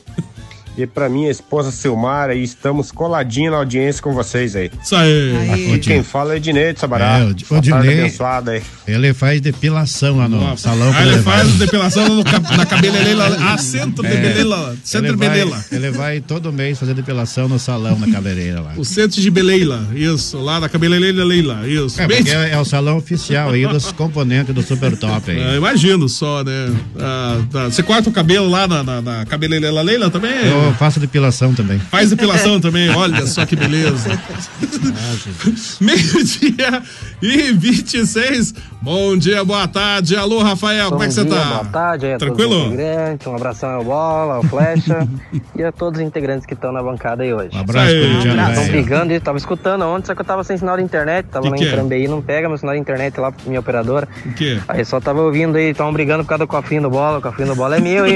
Speaker 16: E pra minha esposa Silmara aí, estamos coladinho na audiência com vocês aí.
Speaker 2: Isso aí.
Speaker 16: Aqui quem fala é Ednei de Sabará.
Speaker 9: É, o
Speaker 16: Uma tarde
Speaker 9: Ednei.
Speaker 16: abençoada aí.
Speaker 9: Ele faz depilação lá no salão.
Speaker 16: Ah, ele
Speaker 2: Faz depilação no cap- na cabelelela. Ah, centro de belela. Centro
Speaker 9: É. ele
Speaker 2: de
Speaker 9: vai-
Speaker 2: belela.
Speaker 9: Ele vai todo mês fazer depilação no salão, na cabeleireira lá.
Speaker 2: O centro de Beleila, isso, lá da cabeleireira Leila, isso.
Speaker 9: É,
Speaker 2: Bem-
Speaker 9: porque é o salão oficial aí dos componentes do Super Top aí.
Speaker 2: Ah, imagino só, né? Ah, tá. Você corta o cabelo lá na, na, na cabeleireira Leila também?
Speaker 9: Eu faço depilação também.
Speaker 2: Faz depilação também, olha só que beleza. Meio-dia e 26. Bom dia, boa tarde. Alô, Rafael, como é que você
Speaker 18: Bom dia,
Speaker 2: tá?
Speaker 18: Boa tarde aí a
Speaker 2: Tranquilo?
Speaker 18: todos os integrantes. Um abração ao Bola, ao Flecha e a todos os integrantes que estão na bancada aí hoje. Um
Speaker 9: abraço, Isso aí. corintiano,
Speaker 18: Estão
Speaker 9: velho.
Speaker 18: brigando, eu tava escutando ontem, só que eu tava sem sinal de internet. Tava Que lá que em é? Trambeí, não pega meu sinal de internet lá pra minha operadora.
Speaker 2: Que?
Speaker 18: Aí só tava ouvindo aí, estavam brigando por causa do cofrinho do Bola. O cofrinho do Bola é meu e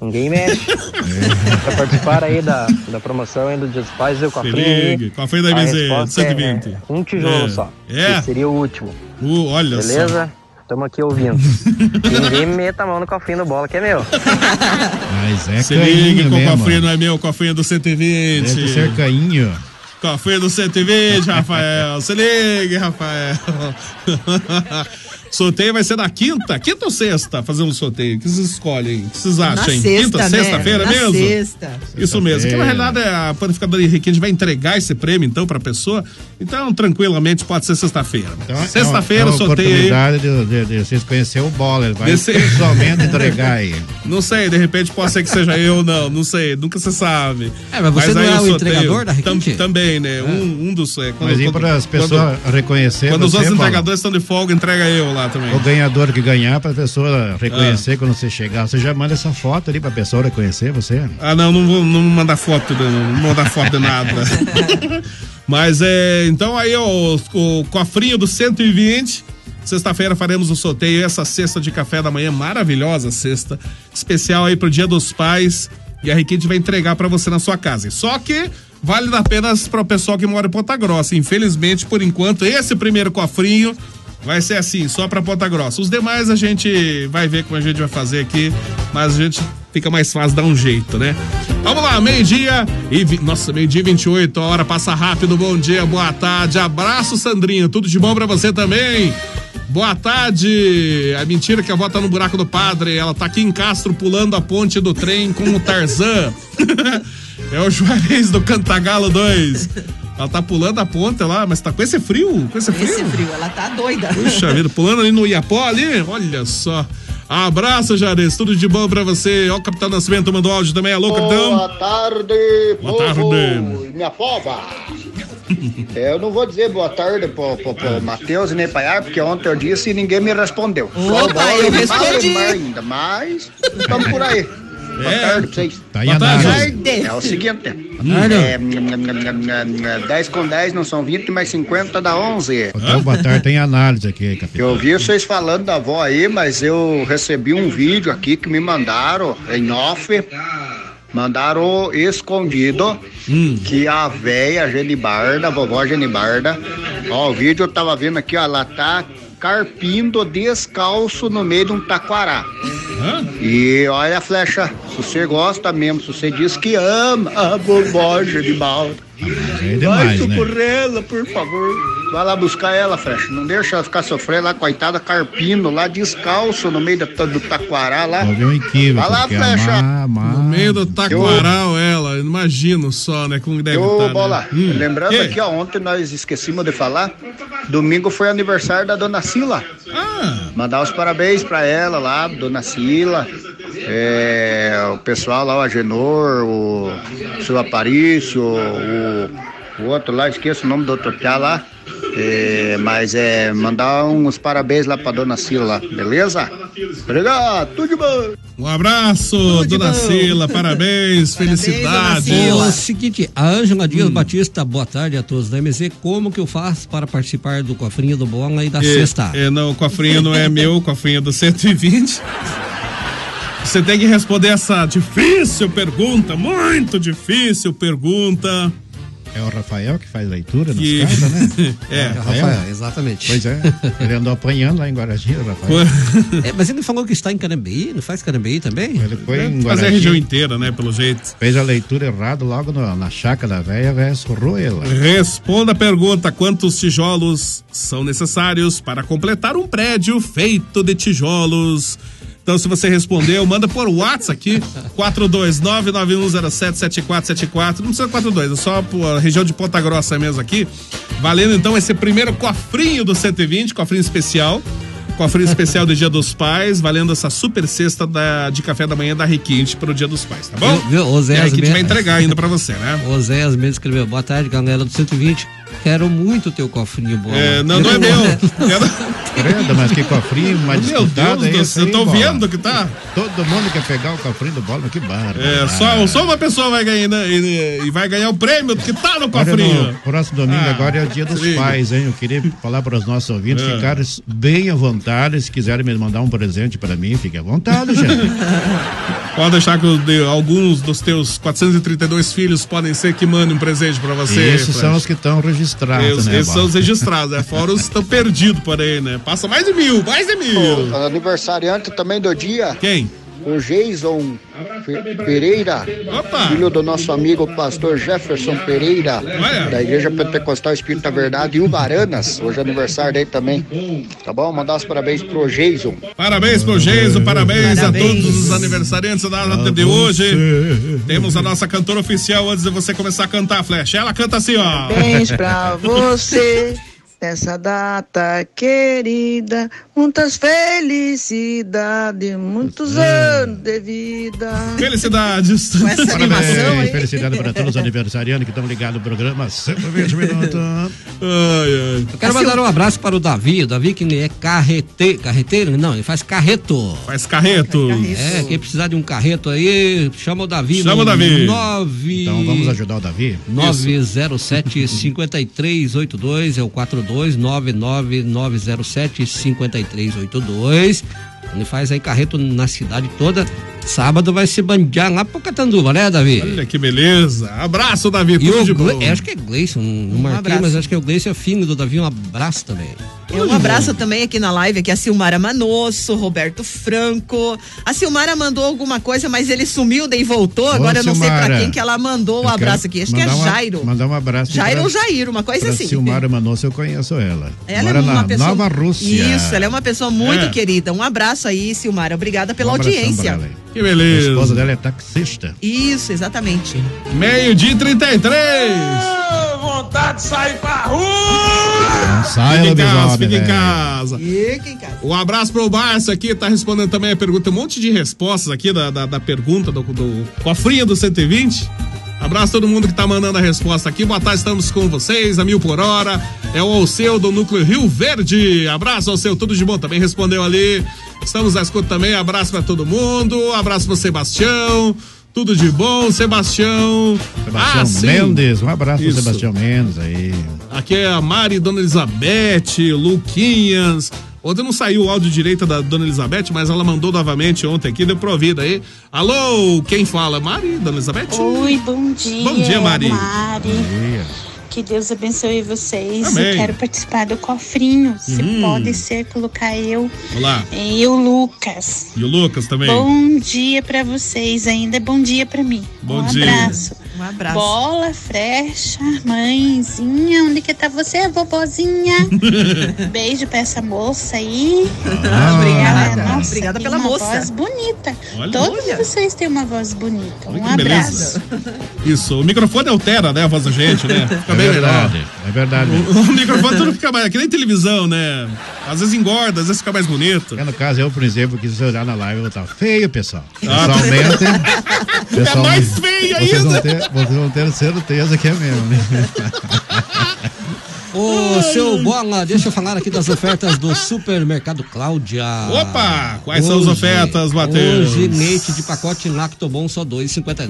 Speaker 18: ninguém mexe.
Speaker 2: É.
Speaker 18: pra participar aí da, da promoção aí do Dia dos Pais e o cofrinho aí.
Speaker 2: ligue, cofrinho da
Speaker 18: a
Speaker 2: MZ,
Speaker 18: resposta é-
Speaker 2: 120.
Speaker 18: é um tijolo
Speaker 2: É.
Speaker 18: só.
Speaker 2: É.
Speaker 18: que seria o último.
Speaker 2: Uh, olha
Speaker 18: Beleza?
Speaker 2: só.
Speaker 18: Estamos aqui ouvindo. Ninguém meta a mão no cofrinho do bola, que é meu.
Speaker 9: Mas é
Speaker 2: Se
Speaker 9: cainho
Speaker 2: liga, com o
Speaker 9: mesmo.
Speaker 2: cofrinho não é meu, o cofrinho é do 120.
Speaker 9: Deve ser cainho.
Speaker 2: Café do 120, Rafael. Se liga, Rafael. sorteio vai ser na quinta? Quinta ou sexta? Fazer um sorteio. O que vocês escolhem? O que vocês
Speaker 12: Na
Speaker 2: acham? hein?
Speaker 12: sexta,
Speaker 2: quinta,
Speaker 12: né?
Speaker 2: sexta-feira
Speaker 12: Na
Speaker 2: mesmo?
Speaker 12: sexta.
Speaker 2: Isso mesmo. Que na realidade a panificadora Henriquinha vai entregar esse prêmio então pra pessoa. Então, tranquilamente, pode ser sexta-feira. sexta-feira,
Speaker 9: é uma
Speaker 2: sorteio aí.
Speaker 9: oportunidade de, de, de vocês conhecer o Bola. Ele vai
Speaker 2: Desse-
Speaker 9: pessoalmente entregar aí.
Speaker 2: Não sei, de repente pode ser que seja eu, não. Não sei, nunca se sabe.
Speaker 9: É, mas você não
Speaker 2: aí
Speaker 9: é o
Speaker 2: sorteio-
Speaker 9: entregador da Ah.
Speaker 2: Tam- Também, né? Um, um dos. é, quando-
Speaker 9: Mas aí
Speaker 2: quando-
Speaker 9: para as
Speaker 2: quando-
Speaker 9: pessoas reconhecerem.
Speaker 2: Quando os
Speaker 9: você,
Speaker 2: outros
Speaker 9: Bola,
Speaker 2: entregadores estão de folga, entrega eu lá também. Ah.
Speaker 9: O ganhador que ganhar, pra pessoa reconhecer quando você chegar. Você já manda essa foto ali pra pessoa reconhecer você?
Speaker 2: Ah, não, não vou não mandar foto, não, não vou mandar foto de nada. Mas é. Então aí, ó, o, o cofrinho do 120. Sexta-feira faremos o sorteio, essa cesta de café da manhã, maravilhosa cesta. Especial aí pro Dia dos Pais. E a Requinte vai entregar pra você na sua casa. Só que vale apenas para o pessoal que mora em Ponta Grossa. Infelizmente, por enquanto, esse primeiro cofrinho vai ser assim, só pra Ponta Grossa. Os demais a gente vai ver como a gente vai fazer aqui, mas a gente fica mais fácil dar um jeito, né? Vamos lá, meio-dia e. vi- Nossa, meio-dia e 28, a hora passa rápido. Bom dia, boa tarde. Abraço, Sandrinho. Tudo de bom pra você também. Boa tarde. A mentira que a avó tá no buraco do padre. Ela tá aqui em Castro pulando a ponte do trem com o Tarzan. É o Juarez do Cantagalo 2. Ela tá pulando a ponta lá, mas tá com esse frio? Com esse frio?
Speaker 12: Esse frio, ela tá doida.
Speaker 2: Puxa vida, pulando ali no Iapó ali, olha só. Abraço, Jarez, tudo de bom pra você. Ó, o Capitão Nascimento mandou áudio também.
Speaker 1: Tá
Speaker 2: Alô, Capitão.
Speaker 17: Boa Ah, tarde,
Speaker 2: Boa
Speaker 17: povo
Speaker 2: tarde.
Speaker 17: e Minha foba. É, Eu não vou dizer boa tarde pro, pro,
Speaker 1: Ah.
Speaker 17: pro Matheus e nem pra Yara, porque ontem eu disse e ninguém me respondeu.
Speaker 1: Opa,
Speaker 17: Só
Speaker 1: eu
Speaker 17: bola de mal
Speaker 1: respondi.
Speaker 17: e mar ainda, mas estamos por aí. Boa
Speaker 1: É.
Speaker 17: tarde pra vocês.
Speaker 1: Tá aí Boa a tarde.
Speaker 17: É, o seguinte.
Speaker 1: tarde.
Speaker 17: É, 10 com 10 não são 20, mas 50 dá
Speaker 1: Tá
Speaker 17: 11.
Speaker 9: Então, boa tarde, tem análise aqui, capitão.
Speaker 17: Eu ouvi vocês falando da avó aí, mas eu recebi um vídeo aqui que me mandaram em off. Mandaram escondido
Speaker 9: Hum.
Speaker 17: que a véia Genibarda, a vovó Genibarda, ó, o vídeo eu tava vendo aqui, ó, ela tá carpindo descalço no meio de um taquará. E olha a flecha, se você gosta mesmo, se você diz que ama a vovó Genibalda.
Speaker 9: É
Speaker 17: Vai
Speaker 9: demais, né?
Speaker 17: socorrê-la, por favor. Vai lá buscar ela, Fresh. Não deixa ela ficar sofrendo lá, coitada, carpindo lá, descalço no meio da- do taquará lá.
Speaker 9: Houve um equívoco.
Speaker 17: Vai lá,
Speaker 9: porque
Speaker 17: Flecha.
Speaker 9: amar, amar.
Speaker 2: No meio do taquaral, ela, imagino só, né? Como deve
Speaker 17: Ô,
Speaker 2: estar. né?
Speaker 17: Bola,
Speaker 2: Hum.
Speaker 17: lembrando
Speaker 2: E?
Speaker 17: que ó, ontem nós esquecemos de falar, domingo foi aniversário da Dona Sila.
Speaker 2: Ah.
Speaker 17: Mandar os parabéns pra ela lá, Dona Sila, é, o pessoal lá, o Agenor, o seu Aparício, o, o outro lá, esqueço o nome do outro piá lá. É, mas é, mandar uns parabéns lá pra Dona Sila, lá, beleza? Obrigado, tudo de bom!
Speaker 2: Um abraço, dona Sila, parabéns, felicidades.
Speaker 11: É O seguinte, a Ângela Dias Batista, boa tarde a todos da MZ. Como que eu faço para participar do cofrinho do Bola e da
Speaker 2: É,
Speaker 11: sexta?
Speaker 2: É, não, o cofrinho não é meu, o cofrinho é do 120. Você tem que responder essa difícil pergunta, muito difícil pergunta.
Speaker 9: É o Rafael que faz leitura nos
Speaker 2: Que-
Speaker 9: casos, né?
Speaker 2: É, Rafael,
Speaker 11: exatamente.
Speaker 9: Pois é, ele andou apanhando lá em Guaragira, Rafael.
Speaker 11: É, mas ele falou que está em Carambeí, não faz Carambeí também?
Speaker 9: Ele foi em
Speaker 2: Mas é a
Speaker 9: Guaragira.
Speaker 2: região inteira, né, pelo jeito.
Speaker 9: Fez a leitura errada logo no- na chácara da véia, a véia surrou ela.
Speaker 2: Responda a pergunta: quantos tijolos são necessários para completar um prédio feito de tijolos? Então, se você respondeu, manda por WhatsApp aqui, 429-9107-7474. Não precisa 42, é só a região de Ponta Grossa mesmo aqui. Valendo então esse primeiro cofrinho do 120, cofrinho especial. Cofrinho especial do Dia dos Pais, valendo essa super cesta da- de café da manhã da Requinte para o Dia dos Pais, tá bom?
Speaker 11: Viu, viu, o Zé
Speaker 2: E a
Speaker 11: Asmer-
Speaker 2: Requinte vai entregar ainda para você, né?
Speaker 11: O Zé Asmer escreveu, boa tarde, galera do 120. Quero muito o teu cofrinho, Bola.
Speaker 2: É, não, não é meu.
Speaker 11: né?
Speaker 9: Credo, mas que cofrinho mais
Speaker 2: Meu
Speaker 9: disputado é
Speaker 2: Deus do
Speaker 9: esse
Speaker 2: céu,
Speaker 9: aí,
Speaker 2: eu tô
Speaker 9: bola?
Speaker 2: vendo que tá.
Speaker 9: Todo mundo quer pegar o cofrinho do bola, que barba.
Speaker 2: É, só, só uma pessoa vai ganhar né, e, e vai ganhar o prêmio que tá no
Speaker 9: Agora
Speaker 2: cofrinho.
Speaker 9: no próximo domingo
Speaker 2: Ah,
Speaker 9: agora é o dia dos
Speaker 2: sim.
Speaker 9: pais, hein? Eu queria falar para os nossos ouvintes
Speaker 2: É.
Speaker 9: ficarem bem à vontade. Se quiserem me mandar um presente para mim, fique à vontade, gente.
Speaker 2: Pode deixar que o de- alguns dos teus 432 filhos podem ser que mandem um presente pra você.
Speaker 9: esses
Speaker 2: Fred.
Speaker 9: são os que estão registrados,
Speaker 2: Esses-
Speaker 9: né?
Speaker 2: esses são
Speaker 9: Bola?
Speaker 2: os registrados, né? Fora os que estão perdidos por aí, né? Passa mais de mil, mais de mil.
Speaker 17: O aniversariante também do dia.
Speaker 2: Quem?
Speaker 17: O Jason Fe- Pereira, filho do nosso amigo pastor Jefferson Pereira, da Igreja Pentecostal Espírito da Verdade, e Ubaranas, hoje é aniversário dele também. Tá bom? Mandar os parabéns pro Jason.
Speaker 2: Parabéns pro Geiso, parabéns, a todos os aniversariantes da data de hoje. Temos a nossa cantora oficial antes de você começar a cantar, Flecha. Ela canta assim, ó.
Speaker 19: Parabéns pra você nessa data querida. Muitas felicidades, muitos anos de vida.
Speaker 2: Felicidades. Com
Speaker 19: essa
Speaker 9: Parabéns,
Speaker 19: animação, hein?
Speaker 9: um Felicidade para todos os aniversariantes que estão ligados no programa. 120 minutos.
Speaker 11: Eu quero
Speaker 9: Assim,
Speaker 11: mandar um abraço para o Davi. O Davi que é carrete, carreteiro? Não, ele faz carreto.
Speaker 2: Faz carreto.
Speaker 11: É, quem precisar de um carreto aí, chama o Davi.
Speaker 9: Chama o Davi.
Speaker 11: Nove...
Speaker 9: Então vamos ajudar o Davi?
Speaker 11: 907-5382 é o 4299907-5382. Ele faz aí carreto na cidade toda. Sábado vai se bandear lá pro Catanduva, né, Davi?
Speaker 2: Olha que beleza. Abraço, Davi.
Speaker 11: E
Speaker 2: Tudo
Speaker 11: o
Speaker 2: de
Speaker 11: Gle...
Speaker 2: bom.
Speaker 11: é, Acho que é Gleison, não marquei,
Speaker 12: abraço.
Speaker 11: mas acho que é o Gleison é filho do Davi. Um abraço também.
Speaker 12: Um abraço também aqui na live, aqui a Silmara Manosso, Roberto Franco. A Silmara mandou alguma coisa, mas ele sumiu, daí voltou. Agora eu não sei pra
Speaker 9: Silmara.
Speaker 12: quem que ela mandou o
Speaker 9: Eu quero
Speaker 12: abraço aqui. Acho que é
Speaker 9: mandar um a-
Speaker 12: Jairo.
Speaker 9: Mandar um abraço.
Speaker 12: Jairo
Speaker 9: pra-
Speaker 12: ou Jair, uma coisa
Speaker 9: pra
Speaker 12: assim.
Speaker 9: Silmara Manosso, eu conheço ela.
Speaker 12: Ela
Speaker 9: Mora
Speaker 12: é uma
Speaker 9: na
Speaker 12: pessoa.
Speaker 9: Nova Rússia.
Speaker 12: Isso, ela é uma pessoa muito
Speaker 9: É.
Speaker 12: querida. Um abraço aí, Silmara. Obrigada pela
Speaker 9: Um abração pra
Speaker 12: audiência.
Speaker 9: ela aí.
Speaker 2: Que beleza.
Speaker 9: A esposa dela é taxista.
Speaker 12: Isso, exatamente.
Speaker 2: Meio dia 33.
Speaker 1: Ah, Vontade de sair pra rua!
Speaker 9: Sai,
Speaker 2: fica em
Speaker 9: lobisomem,
Speaker 2: casa, fica em
Speaker 9: velho.
Speaker 2: casa. Um abraço pro Barça aqui, tá respondendo também a pergunta. Tem um monte de respostas aqui da, da, da pergunta do, do cofrinha do 120. Abraço a todo mundo que tá mandando a resposta aqui. Boa tarde, estamos com vocês, a mil por hora. É o Alceu do Núcleo Rio Verde. Abraço, Alceu, tudo de bom também. Respondeu ali. Estamos na escuta também. Abraço pra todo mundo. Abraço pro Sebastião. Tudo de bom, Sebastião. Ah,
Speaker 9: Sebastião Mendes, um abraço pro Sebastião Mendes aí.
Speaker 2: Aqui é a Mari, Dona Elizabeth, Luquinhas. Ontem não saiu o áudio direito da Dona Elizabeth, mas ela mandou novamente ontem aqui, deu provida aí. Alô, quem fala? Mari, Dona Elizabeth?
Speaker 20: Oi, bom dia.
Speaker 2: Bom dia, Mari.
Speaker 20: Mari. Que Deus abençoe vocês.
Speaker 2: Amém.
Speaker 20: Eu quero participar do cofrinho. Se
Speaker 2: Uhum.
Speaker 20: pode ser, colocar eu
Speaker 2: Olá.
Speaker 20: e o Lucas.
Speaker 2: E o Lucas também.
Speaker 20: Bom dia pra vocês. Ainda é bom dia pra mim.
Speaker 2: Bom
Speaker 20: um
Speaker 2: dia.
Speaker 20: abraço.
Speaker 12: Um abraço.
Speaker 20: Bola, frecha, mãezinha. Onde que tá você, vovozinha? Beijo pra essa moça aí.
Speaker 12: Ah, obrigada.
Speaker 20: Ela, nossa,
Speaker 12: Obrigada
Speaker 20: tem
Speaker 12: pela
Speaker 20: uma
Speaker 12: moça.
Speaker 20: voz bonita.
Speaker 2: Olha.
Speaker 20: Todos vocês têm uma voz bonita. um
Speaker 2: que
Speaker 20: abraço.
Speaker 2: beleza. Isso, o microfone altera, né, a voz da gente, né? Fica
Speaker 9: É
Speaker 2: bem melhor.
Speaker 9: verdade, é verdade.
Speaker 2: O, o microfone tá tudo fica mais, é que nem televisão, né? Às vezes engorda, às vezes fica mais bonito.
Speaker 9: É, No caso, eu, por exemplo, que se olhar na live, eu vou estar feio, pessoal.
Speaker 2: Ah, tá.
Speaker 9: Pessoalmente. pessoal-
Speaker 2: mais feio
Speaker 9: vocês
Speaker 2: ainda.
Speaker 9: Vão ter, vocês vão ter certeza que é mesmo, né?
Speaker 11: Ô, seu Bola, deixa eu falar aqui das ofertas do Supermercado Cláudia.
Speaker 2: Opa, quais são as ofertas, Matheus?
Speaker 11: Ah. Hoje, leite de pacote Lactobon só 2,59.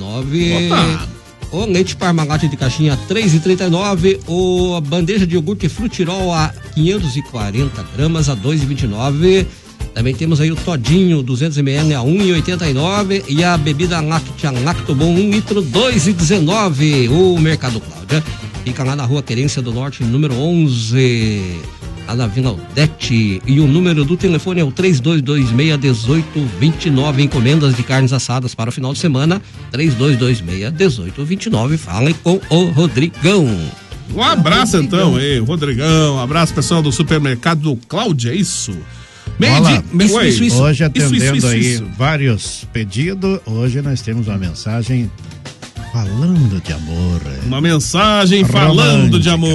Speaker 2: Opa.
Speaker 11: O leite parmalat de caixinha 3,39. O a bandeja de iogurte frutirol a 540 gramas a 2,29. Também temos aí o todinho 200ml a 1,89 e a bebida láctea Lactobon 1 litro 2,19. O Mercado Cláudia fica lá na rua Querência do Norte, número 11, lá na Vila Odete. E o número do telefone é o 3226-1829. Encomendas de carnes assadas para o final de semana, 3226-1829. Falem com o Rodrigão.
Speaker 2: Um abraço então, aí, Rodrigão. Um abraço, pessoal do supermercado Cláudia, é isso?
Speaker 9: Olá,
Speaker 2: Meio-dia- meio- Oi.
Speaker 9: Hoje
Speaker 2: Isso,
Speaker 9: atendendo
Speaker 2: isso, isso,
Speaker 9: aí
Speaker 2: isso.
Speaker 9: vários pedidos, hoje nós temos uma mensagem falando de amor.
Speaker 2: Uma mensagem falando de amor.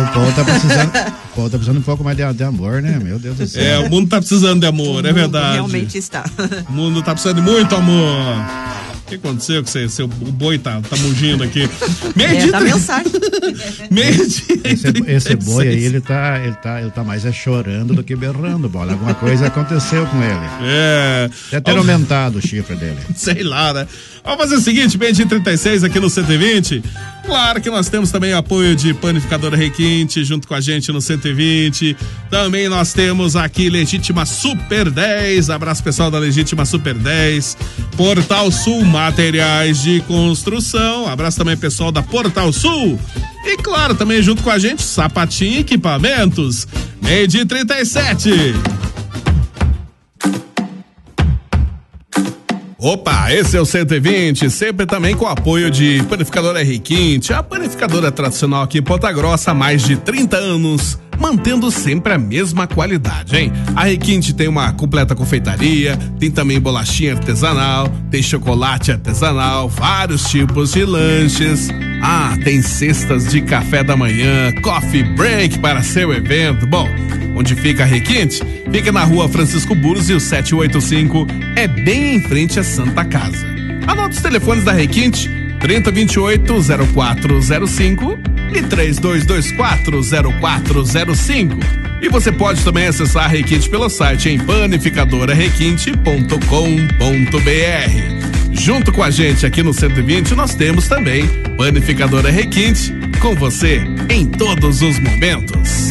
Speaker 9: O povo tá precisando, o povo tá precisando um pouco mais de, de amor, né? Meu Deus do céu.
Speaker 2: É, o mundo tá precisando de amor, é verdade.
Speaker 12: Realmente está.
Speaker 2: O mundo tá precisando de muito amor. O que aconteceu que você, seu o boi tá, tá mugindo aqui? Meio
Speaker 12: É,
Speaker 2: dia
Speaker 12: tá
Speaker 2: trinta-
Speaker 12: mensagem.
Speaker 2: meio dia e
Speaker 9: Esse,
Speaker 2: trinta e
Speaker 9: esse boi aí,
Speaker 2: seis.
Speaker 9: ele tá, ele, tá, ele tá mais é chorando do que berrando, bola. Alguma coisa aconteceu com ele.
Speaker 2: É.
Speaker 9: Deve ter aumentado o chifre dele.
Speaker 2: Sei lá, né? Vamos fazer o seguinte, meio dia e 36 aqui no 120. Claro que nós temos também o apoio de Panificadora Requinte junto com a gente no 120. Também nós temos aqui Legítima Super 10. Abraço pessoal da Legítima Super 10. Portal Sul Materiais de Construção. Abraço também pessoal da Portal Sul. E claro, também junto com a gente, Sapatinho Equipamentos. Meio dia e 37. Opa, esse é o 120, sempre também com o apoio de Panificadora Requinte, a panificadora tradicional aqui em Ponta Grossa há mais de 30 anos, mantendo sempre a mesma qualidade, hein? A Requinte tem uma completa confeitaria, tem também bolachinha artesanal, tem chocolate artesanal, vários tipos de lanches. Ah, tem cestas de café da manhã, coffee break para seu evento. Bom, Onde fica a Requinte? Fica na rua Francisco Búzios 785, é bem em frente à Santa Casa. Anota os telefones da Requinte: 3028-0405
Speaker 21: e 32240405. E você pode também acessar a Requinte pelo site em panificadorarequinte.com.br. Junto com a gente aqui no 120, nós temos também Panificadora Requinte, com você em todos os momentos.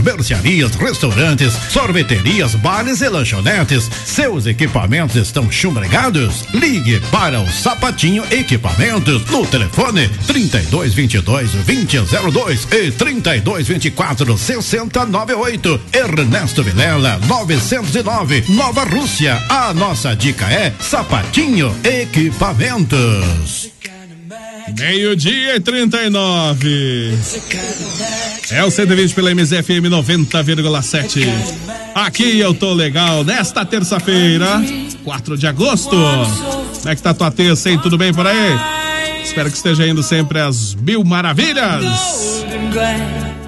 Speaker 13: mercearias, restaurantes, sorveterias, bares e lanchonetes. Seus equipamentos estão chumbregados? Ligue para o Sapatinho Equipamentos no telefone 3222 2002 e 3224 6098. Ernesto Vilela 909, Nova Rússia. A nossa dica é Sapatinho Equipamentos.
Speaker 2: Meio-dia e 39. É o 120 pela MZFM 90,7. Aqui eu tô legal nesta terça-feira, 4 de agosto. Como é que tá tua terça, hein? Tudo bem por aí? Espero que esteja indo sempre às mil maravilhas.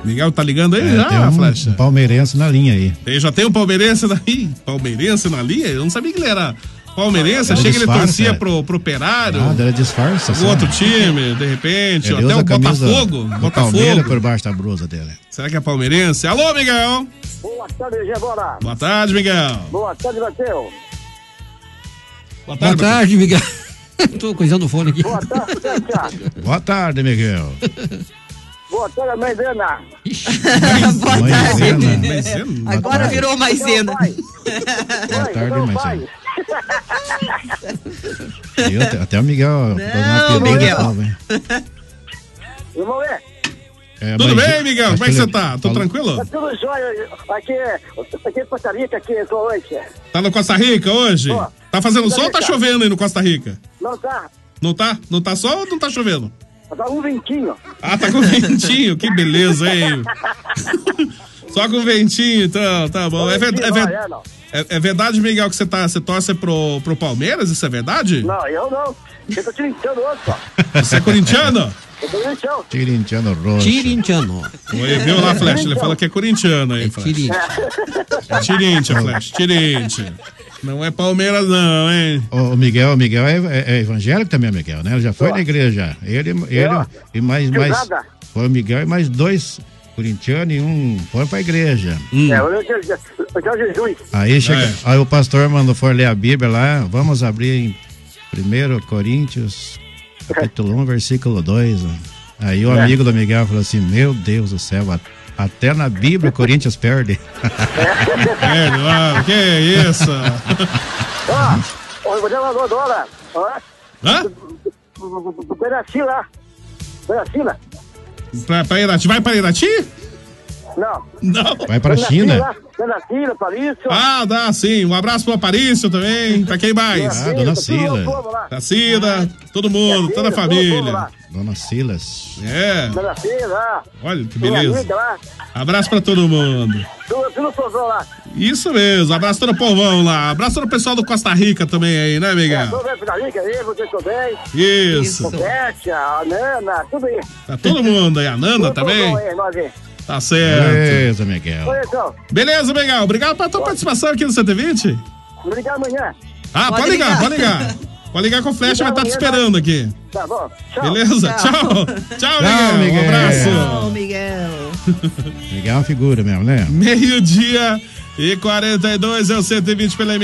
Speaker 2: Miguel tá ligando aí
Speaker 9: É,
Speaker 2: já,
Speaker 9: tem um
Speaker 2: Flash?
Speaker 9: palmeirense na linha aí.
Speaker 2: Tem- já tem um palmeirense na Ih, palmeirense na linha? Eu não sabia que ele era palmeirense,
Speaker 9: É um
Speaker 2: achei que ele
Speaker 9: disfarce,
Speaker 2: torcia
Speaker 9: é.
Speaker 2: pro, pro operário.
Speaker 9: Nada, era disfarça. É,
Speaker 2: Algum Um outro time, de repente, ou
Speaker 9: né? Ele
Speaker 2: até
Speaker 9: usa
Speaker 2: o
Speaker 9: a camisa
Speaker 2: Botafogo.
Speaker 9: do Palmeiras
Speaker 2: Botafogo.
Speaker 9: por baixo da blusa dele.
Speaker 2: Será que é palmeirense? Alô, Miguel!
Speaker 22: Boa tarde, Gebora.
Speaker 2: Boa tarde, Miguel.
Speaker 22: Boa tarde, Matheus.
Speaker 2: Boa
Speaker 11: tarde, Miguel. Tô coisando o fone aqui.
Speaker 22: Boa tarde, Tchá.
Speaker 9: Boa tarde, Miguel.
Speaker 22: Boa tarde, Maisena.
Speaker 9: Boa né?
Speaker 2: Tá
Speaker 9: tarde.
Speaker 12: Agora virou maisena.
Speaker 9: Boa tarde, Maisena. Eu, até- até o Miguel.
Speaker 22: Não, Miguel. Eu vou ver.
Speaker 2: Tudo bem, Miguel? Como é que você tá? Tô tranquilo?
Speaker 22: Tá tudo jóia. Aqui, é, aqui em Costa Rica, aqui é em Colônia.
Speaker 2: Tá no Costa Rica hoje?
Speaker 22: Tô.
Speaker 2: Tá fazendo sol ou tá
Speaker 22: Costa Rica.
Speaker 2: chovendo aí no Costa Rica?
Speaker 22: Não tá.
Speaker 2: Não tá? Não tá sol ou não tá chovendo?
Speaker 22: Tá um ventinho.
Speaker 2: Ah, tá com ventinho, que beleza, hein? Só com um ventinho, então, tá bom. É, ver- é ver-
Speaker 22: Olha, não.
Speaker 2: é- é verdade, Miguel, que você tá, você torce pro, pro Palmeiras? Isso é verdade?
Speaker 22: Não, eu não. Eu tô tirintando outro, só.
Speaker 2: Você é corintiano?
Speaker 22: Eu tô tirintando.
Speaker 9: Tirintiano roxo.
Speaker 11: Tirintiano.
Speaker 2: Oi, viu lá, Flash? Ele fala que é corintiano aí, Flash. É tirinte, Flash, tirinte. Não é Palmeiras, não, hein?
Speaker 9: O Miguel, o Miguel é, é- é evangélico também, o Miguel, né? Ele já foi na igreja. Ele, ele
Speaker 2: Ó.
Speaker 9: e mais,
Speaker 2: Que
Speaker 9: mais.
Speaker 2: nada.
Speaker 9: Foi o Miguel e mais dois corintianos e um foi pra igreja.
Speaker 2: Hum.
Speaker 22: É, eu quero eu quero Jesus.
Speaker 2: É
Speaker 9: Aí chega. Aí o pastor mandou for ler a Bíblia lá. Vamos abrir em 1 Coríntios, capítulo 1, versículo 2. ó. Aí o
Speaker 22: É.
Speaker 9: amigo do Miguel falou assim: Meu Deus do céu, a- até na Bíblia o Corinthians perde.
Speaker 2: É, lá, que isso?
Speaker 22: Ó, eu vou dar uma gordona. Ó.
Speaker 2: Hã?
Speaker 22: Pedacinho lá. Pedacinho lá.
Speaker 2: Pra, pra Irati. Vai pra Irati?
Speaker 22: Não.
Speaker 2: Não.
Speaker 9: Vai pra
Speaker 22: Pedacinho
Speaker 9: China.
Speaker 22: lá, Pedacinho lá, Paris.
Speaker 2: Ah, dá sim. Um abraço pro Aparício também. Pra quem mais?
Speaker 9: Ah, dona Cila.
Speaker 2: Pra
Speaker 22: Ah,
Speaker 2: Cida, todo mundo, toda a família.
Speaker 9: Dona Silas.
Speaker 2: É.
Speaker 22: Pedacinho lá.
Speaker 2: Olha que
Speaker 22: Tua
Speaker 2: beleza.
Speaker 22: amiga lá.
Speaker 2: Abraço pra todo mundo.
Speaker 22: Tudo, tudo sozão lá.
Speaker 2: Isso mesmo. Abraço todo o povão lá. Abraço todo o pessoal do Costa Rica também aí, né, Miguel?
Speaker 22: Tudo É, bem, Fidalica aí, você também.
Speaker 2: Isso.
Speaker 22: Roberta, a Nana, tudo aí.
Speaker 2: Tá todo mundo aí. A Nanda
Speaker 22: Tudo
Speaker 2: também. É.
Speaker 22: sozão aí, nós aí.
Speaker 2: Tá certo.
Speaker 9: Beleza, Miguel.
Speaker 22: Oi, então.
Speaker 2: Beleza, Miguel. Obrigado pela tua participação aqui no 120.
Speaker 22: Vou ligar amanhã.
Speaker 2: Ah, pode, ligar, pode ligar. Pode Pode ligar com o Flecha, vai estar te esperando aqui.
Speaker 22: Tá bom.
Speaker 2: Beleza? Tchau. Tchau,
Speaker 9: Tchau,
Speaker 2: Miguel. Um
Speaker 9: Miguel.
Speaker 2: abraço.
Speaker 12: Não, Miguel.
Speaker 9: Miguel é uma figura mesmo, né?
Speaker 2: Meio-dia e 42 é o 120 pela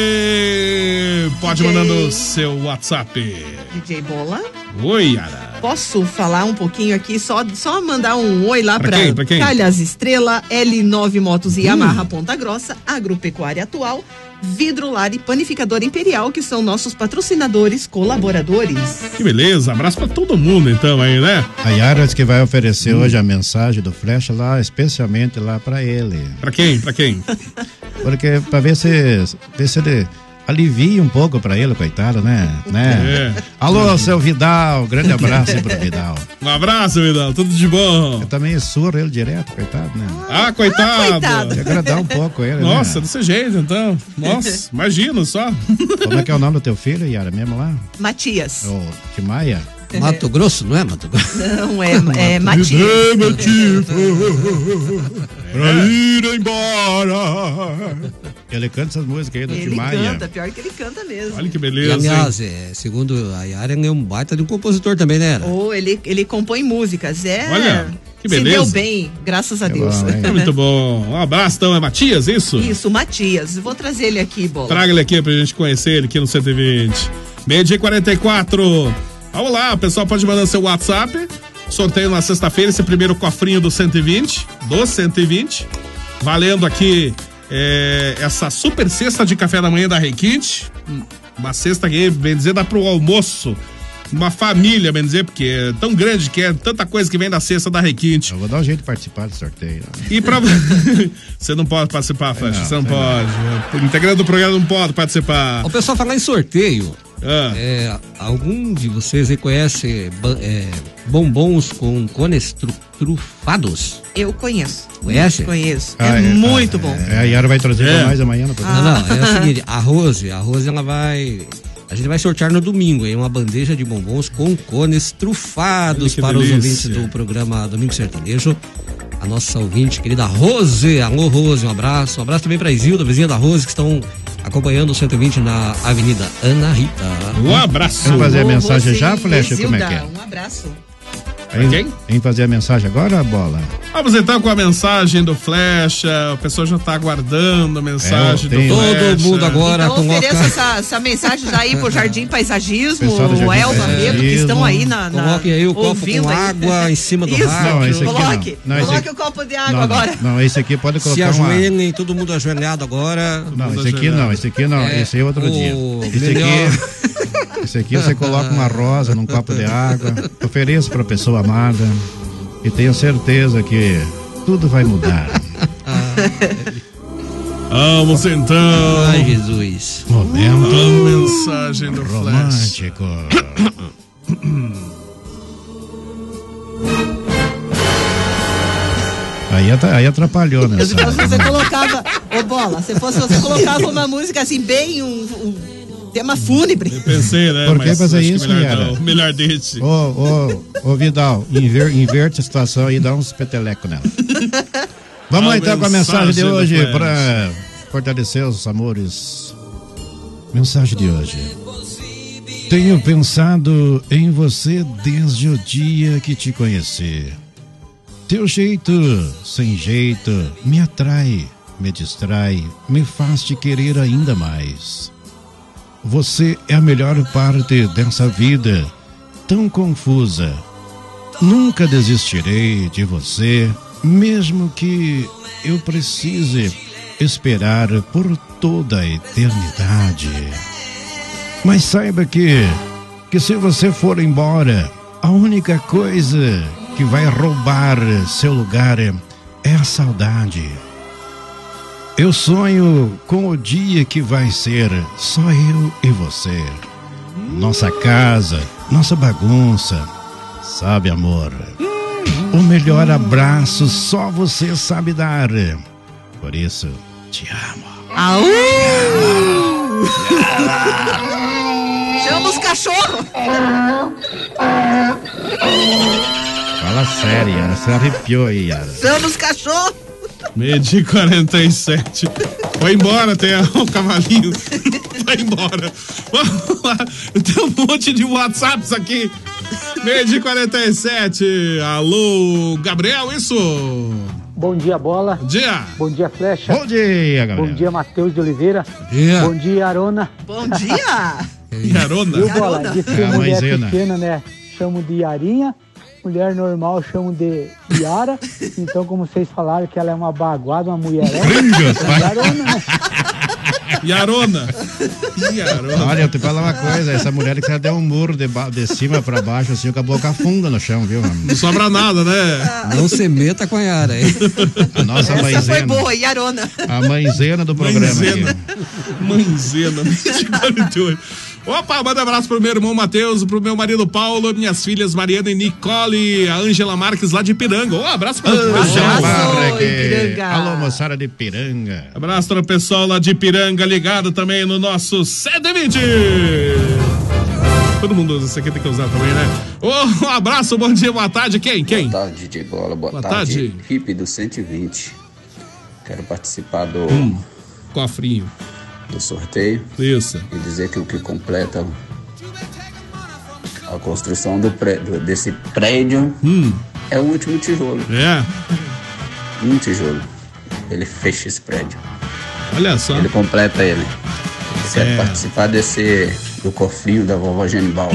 Speaker 2: MZFM. Pode
Speaker 12: DJ.
Speaker 2: mandando o seu WhatsApp.
Speaker 12: DJ Bola.
Speaker 2: Oi, Yara.
Speaker 12: Posso falar um pouquinho aqui, só, só mandar um oi lá
Speaker 2: Pra
Speaker 12: para
Speaker 2: quem? Pra quem?
Speaker 12: Calhas Estrela, L9 Motos e
Speaker 2: Hum.
Speaker 12: Yamaha Ponta Grossa, Agropecuária Atual, Vidrolar e Panificadora Imperial, que são nossos patrocinadores, colaboradores.
Speaker 2: Que beleza. Abraço pra todo mundo, então, aí, né?
Speaker 9: A Yara disse que vai oferecer hoje a mensagem do Flecha lá, especialmente lá pra ele.
Speaker 2: Pra quem? Pra quem?
Speaker 9: Porque pra ver se, ver se ele alivia um pouco pra ele, coitado, né? né?
Speaker 2: É.
Speaker 9: Alô, seu Vidal, Um grande abraço pro Vidal.
Speaker 2: Um abraço, Vidal. Tudo de bom. Eu
Speaker 9: também surro ele direto, coitado, né?
Speaker 2: Ah, coitado.
Speaker 9: Tem que agradar um pouco ele, né?
Speaker 2: Nossa, desse jeito, então. Nossa, imagino só.
Speaker 9: Como é que é o nome do teu filho, Yara, mesmo lá? É
Speaker 12: Matias.
Speaker 2: Oh.
Speaker 9: O Timaia?
Speaker 11: Mato Grosso, não é Mato Grosso?
Speaker 12: Não, é, é Matias.
Speaker 11: É,
Speaker 9: Matias.
Speaker 2: Pra ir embora.
Speaker 9: Ele canta essas músicas aí do
Speaker 12: Ele
Speaker 9: Timaia.
Speaker 12: canta, pior que ele canta mesmo.
Speaker 2: Olha que
Speaker 11: E, aliás, é, segundo a Yara, ele é um baita de um compositor também, né? Era?
Speaker 12: Ou ele, ele compõe músicas, é.
Speaker 11: Olha,
Speaker 2: que
Speaker 12: Se deu
Speaker 2: beleza.
Speaker 12: bem, graças a
Speaker 9: Ah,
Speaker 12: Deus.
Speaker 2: É muito bom. Um abraço, então. É Matias, isso?
Speaker 12: Isso, Matias. Vou trazer ele aqui, Bola.
Speaker 2: Traga ele aqui pra gente conhecer ele aqui no 120. Meio dia e 44. Vamos lá, o pessoal pode mandar seu WhatsApp. Sorteio na sexta-feira, esse primeiro cofrinho do 120, do 120. Valendo aqui é, essa super cesta de café da manhã da Requinte. Uma cesta que, bem dizer, dá pro almoço. Uma família, bem dizer, porque é tão grande que é tanta coisa que vem da cesta da Requinte.
Speaker 9: Eu vou dar um jeito de participar do sorteio. né?
Speaker 2: E pra. você não pode participar, Flecha.
Speaker 9: não,
Speaker 2: Você não
Speaker 9: é
Speaker 2: pode. O integrante do programa não pode participar.
Speaker 11: O pessoal falar em sorteio.
Speaker 9: Ah.
Speaker 11: É, algum de vocês aí conhece ba- é, bombons com cones tru- trufados?
Speaker 12: Eu conheço.
Speaker 11: Conhece?
Speaker 12: Conheço.
Speaker 11: Ah,
Speaker 12: é,
Speaker 11: é,
Speaker 12: muito bom.
Speaker 9: É, a Yara vai trazer
Speaker 11: É.
Speaker 9: pra nós amanhã no
Speaker 11: Não,
Speaker 9: programa.
Speaker 11: não, é o seguinte, a Rose, a Rose ela vai. A gente vai sortear no domingo, hein? Uma bandeja de bombons com cones trufados
Speaker 2: Olha que
Speaker 11: para os ouvintes
Speaker 2: delícia.
Speaker 11: do programa Domingo Sertanejo. A nossa ouvinte querida Rose, alô Rose, um abraço. Um abraço também para a Isilda, vizinha da Rose, que estão acompanhando o 120 na Avenida Ana Rita.
Speaker 2: Um abraço.
Speaker 9: Vamos fazer a mensagem já, Flecha? Como é que é?
Speaker 12: Um abraço.
Speaker 9: Quem? Vem fazer a mensagem agora, bola?
Speaker 2: Vamos então com a mensagem do Flecha. O pessoal já tá aguardando a mensagem
Speaker 9: É, eu
Speaker 2: do
Speaker 9: tenho.
Speaker 2: Flecha.
Speaker 9: Todo mundo agora
Speaker 12: Então ofereça essa, essa mensagem já aí pro Jardim Paisagismo,
Speaker 11: Pessoal do
Speaker 12: o
Speaker 11: Jardim
Speaker 12: Elva
Speaker 11: Paisagismo.
Speaker 12: Medo, que estão aí Ah, na. na
Speaker 11: Coloquem aí o copo
Speaker 12: ouvindo
Speaker 11: com
Speaker 12: aí.
Speaker 11: água em cima do
Speaker 12: Isso,
Speaker 11: rádio.
Speaker 9: esse aqui
Speaker 12: Coloque,
Speaker 9: não. Não, esse
Speaker 12: coloque
Speaker 9: aqui-
Speaker 12: o copo de água
Speaker 9: Não,
Speaker 12: agora.
Speaker 9: não, não, esse aqui pode
Speaker 11: Se
Speaker 9: colocar uma...
Speaker 11: ajoelhem, todo mundo ajoelhado agora.
Speaker 9: Não, esse aqui não, esse aqui não, esse aí é outro dia. Esse aqui, esse aqui você coloca uma rosa num copo de água, ofereça pra pessoa amada e tenho certeza que tudo vai mudar.
Speaker 11: Ah.
Speaker 2: Vamos então.
Speaker 11: Ai, Jesus.
Speaker 9: Momento.
Speaker 2: A mensagem do Flecha.
Speaker 9: Romântico. Aí, atra- aí atrapalhou, né?
Speaker 12: Eu se fosse você
Speaker 9: Sara?
Speaker 12: colocava. Ô bola, se fosse você colocava uma música assim, bem um, um tema fúnebre.
Speaker 2: Pensei, né?
Speaker 9: Por que
Speaker 2: Mas
Speaker 9: fazer
Speaker 2: acho
Speaker 9: isso,
Speaker 2: melhor
Speaker 9: Yara?
Speaker 2: não. Melhor deixe.
Speaker 9: Ô, ô, ô Vidal, inver- inverte a situação aí, dá uns peteleco nela. Vamos lá
Speaker 13: A
Speaker 9: então com a mensagem
Speaker 13: mensagem
Speaker 9: de
Speaker 13: do
Speaker 9: hoje
Speaker 13: Flash.
Speaker 9: para fortalecer os amores. Mensagem de hoje. Tenho pensado em você desde o dia que te conheci. Teu jeito, sem jeito, me atrai, me distrai, me faz te querer ainda mais. Você é a melhor parte dessa vida, tão confusa. Nunca desistirei de você, mesmo que eu precise esperar por toda a eternidade. Mas saiba que, que se você for embora, a única coisa que vai roubar seu lugar é a saudade. Eu sonho com o dia que vai ser só eu e você. Nossa casa, nossa bagunça. Sabe, amor? O melhor abraço só você sabe dar. Por isso, te amo.
Speaker 12: Au! Chama os cachorros!
Speaker 9: Fala sério, Yara. Você arrepiou aí, Yara.
Speaker 12: Chama os cachorros!
Speaker 2: Meio dia e 47. Foi embora, tem o um cavalinho. vai embora. Vamos lá. Tem um monte de WhatsApps aqui. Meio de 47. Alô, Gabriel, isso?
Speaker 23: Bom dia, bola. Bom
Speaker 2: dia.
Speaker 23: Bom dia, Flecha.
Speaker 9: Bom dia,
Speaker 2: Gabriel.
Speaker 23: Bom dia, Matheus de Oliveira. Bom
Speaker 2: dia.
Speaker 23: Bom dia, Arona.
Speaker 12: Bom dia!
Speaker 2: Yarona.
Speaker 23: Viu, bola? Diz que
Speaker 2: É a
Speaker 23: mulher
Speaker 2: mãezena.
Speaker 23: pequena, né? Chamo de Yarinha. Mulher normal chamo de Yara. Então, como vocês falaram que ela é uma baguada, uma mulherão. Yarona, né?
Speaker 2: Yarona. Yarona.
Speaker 9: Olha, eu te falo uma coisa, essa mulher que você deu um muro de, ba- de cima pra baixo, assim, com a boca funda no chão, viu? Não
Speaker 2: sobra nada, né?
Speaker 9: Não se meta com a Yara, hein? A nossa
Speaker 12: Essa foi
Speaker 9: mãezena.
Speaker 12: boa, Yarona.
Speaker 9: A mãezena do programa.
Speaker 2: Mãezena. Mãezena. 48. Opa, manda um abraço pro meu irmão Matheus, pro meu marido Paulo, minhas filhas Mariana e Nicole, a Ângela Marques lá de Piranga. Um abraço pra
Speaker 9: Ângela Marques.
Speaker 2: Piranga.
Speaker 9: Alô, moçada de Piranga.
Speaker 2: Abraço para o pessoal lá de Piranga ligado também no nosso CD20. Todo mundo usa isso aqui, tem que usar também, né? Ô, um abraço, bom dia, boa tarde. Quem? Quem?
Speaker 5: Boa tarde, DJ Bola. Boa,
Speaker 2: Boa
Speaker 5: tarde.
Speaker 2: tarde.
Speaker 5: Equipe do 120. Quero participar do.
Speaker 2: Hum, Cofrinho.
Speaker 5: Do sorteio.
Speaker 2: Isso.
Speaker 5: E dizer que o que completa a construção do prédio, desse prédio é o último tijolo.
Speaker 2: Hum, É.
Speaker 5: Um tijolo. Ele fecha esse prédio.
Speaker 2: Olha só.
Speaker 5: Ele completa ele. Quero participar desse. do cofrinho da vovó Genibalda.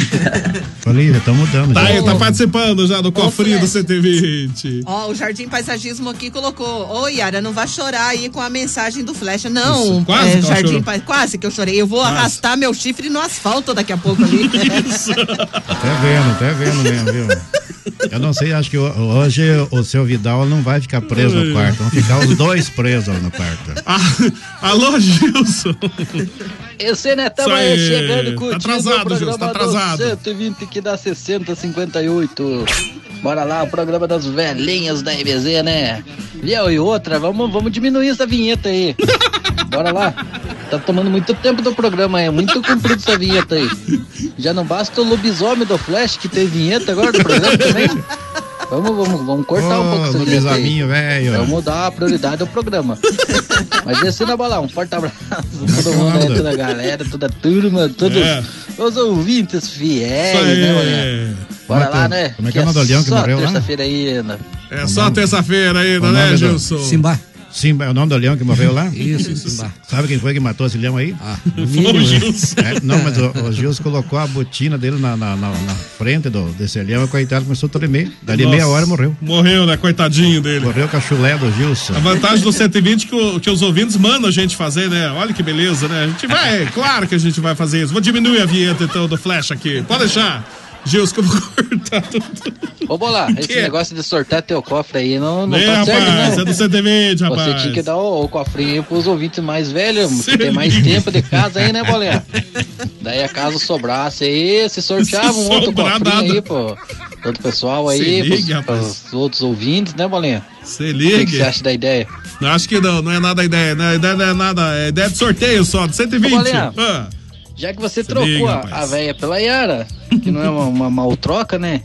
Speaker 9: Falei, já tá mudando.
Speaker 2: Tá
Speaker 9: já.
Speaker 2: aí, tá participando já do cofrinho do CT20.
Speaker 12: Ó, o Jardim Paisagismo aqui colocou. Ô, Yara, não vá chorar aí com a mensagem do Flecha. Não, É,
Speaker 2: Isso, quase que ela
Speaker 12: Jardim
Speaker 2: chorou.
Speaker 12: Pais, Quase que eu chorei. Eu vou
Speaker 2: Quase.
Speaker 12: arrastar meu chifre no asfalto daqui a pouco ali.
Speaker 9: Até Tá vendo, até vendo mesmo, viu? Eu não sei, acho que ho- hoje o seu Vidal não vai ficar preso no quarto. Vão ficar os dois presos no quarto.
Speaker 2: Alô, Gilson.
Speaker 24: Esse Netão
Speaker 9: Isso
Speaker 24: né? aí,
Speaker 9: aí.
Speaker 24: chegando
Speaker 9: Tá
Speaker 24: curtindo
Speaker 9: atrasado,
Speaker 24: o programa
Speaker 9: Gilson, tá
Speaker 24: do
Speaker 9: atrasado.
Speaker 24: 120 que dá 6058. Bora lá, o programa das velhinhas da MZ, né? Viu? E outra, vamos, vamos diminuir essa vinheta aí. Bora lá. Tá tomando muito tempo do programa aí, muito comprido essa vinheta aí. Já não basta o lobisomem do Flash que tem vinheta agora do programa também. Vamos, vamos, vamos cortar um
Speaker 9: Ô,
Speaker 24: pouco essa vinheta aí.
Speaker 9: lobisominho, velho.
Speaker 24: Vamos dar a prioridade ao programa. Mas esse na bola, um forte abraço. a Todo mundo aí, toda a galera, toda a turma, todos
Speaker 9: É.
Speaker 24: os ouvintes
Speaker 2: Isso aí.
Speaker 24: fiéis, né, Bolinha? Bora
Speaker 9: Como é
Speaker 24: lá,
Speaker 9: que-
Speaker 24: né?
Speaker 9: como é que é o nome do leão que
Speaker 24: só
Speaker 9: morreu lá?
Speaker 24: terça-feira ainda.
Speaker 2: É só terça-feira ainda,
Speaker 9: O
Speaker 2: né,
Speaker 9: nome do-
Speaker 2: Gilson?
Speaker 9: Simba. Simba, é o nome do leão que morreu lá?
Speaker 2: Isso, Simba.
Speaker 9: Sabe quem foi que matou esse leão aí? Ah,
Speaker 2: foi o Gilson.
Speaker 9: não, mas o, o Gilson colocou a botina dele na, na, na- na frente do, desse leão e coitado começou a tremer. Dali
Speaker 2: Nossa.
Speaker 9: meia hora morreu.
Speaker 2: Morreu, né? Coitadinho dele.
Speaker 9: Morreu com a chulé do Gilson.
Speaker 2: A vantagem do 120 que, o- que os ouvintes mandam a gente fazer, né? Olha que beleza, né? A gente vai, claro que a gente vai fazer isso. Vou diminuir a vinheta então do Flash aqui. Pode deixar. Gilson, que eu vou cortar tudo.
Speaker 24: Ô, Bola, esse
Speaker 2: Que?
Speaker 24: negócio de sortear teu cofre aí não, não
Speaker 2: Ih,
Speaker 24: tá certo,
Speaker 2: rapaz,
Speaker 24: não.
Speaker 2: é do 120,
Speaker 24: Você
Speaker 2: rapaz.
Speaker 24: tinha que dar o, o cofrinho aí pros ouvintes mais velhos,
Speaker 2: Sim.
Speaker 24: que tem mais tempo de casa aí, né, Bolinha? Daí a casa sobrasse aí, se sorteava um
Speaker 2: Se
Speaker 24: outro
Speaker 2: sobrar
Speaker 24: cofrinho
Speaker 2: nada.
Speaker 24: aí, pô. Outro pessoal
Speaker 2: Se
Speaker 24: aí, pros,
Speaker 2: liga, rapaz.
Speaker 24: pros outros ouvintes, né, Bolinha?
Speaker 2: Se
Speaker 24: O que que
Speaker 2: liga.
Speaker 24: você acha da ideia?
Speaker 2: Acho que não, não é nada a ideia, né? A ideia não é nada, é ideia de sorteio só, de 120.
Speaker 24: Ô, Baleia,
Speaker 2: Ah,
Speaker 24: Já que você
Speaker 2: Se
Speaker 24: trocou
Speaker 2: liga,
Speaker 24: a-
Speaker 2: rapaz.
Speaker 24: a véia pela Yara, que não é uma, uma mal troca, né?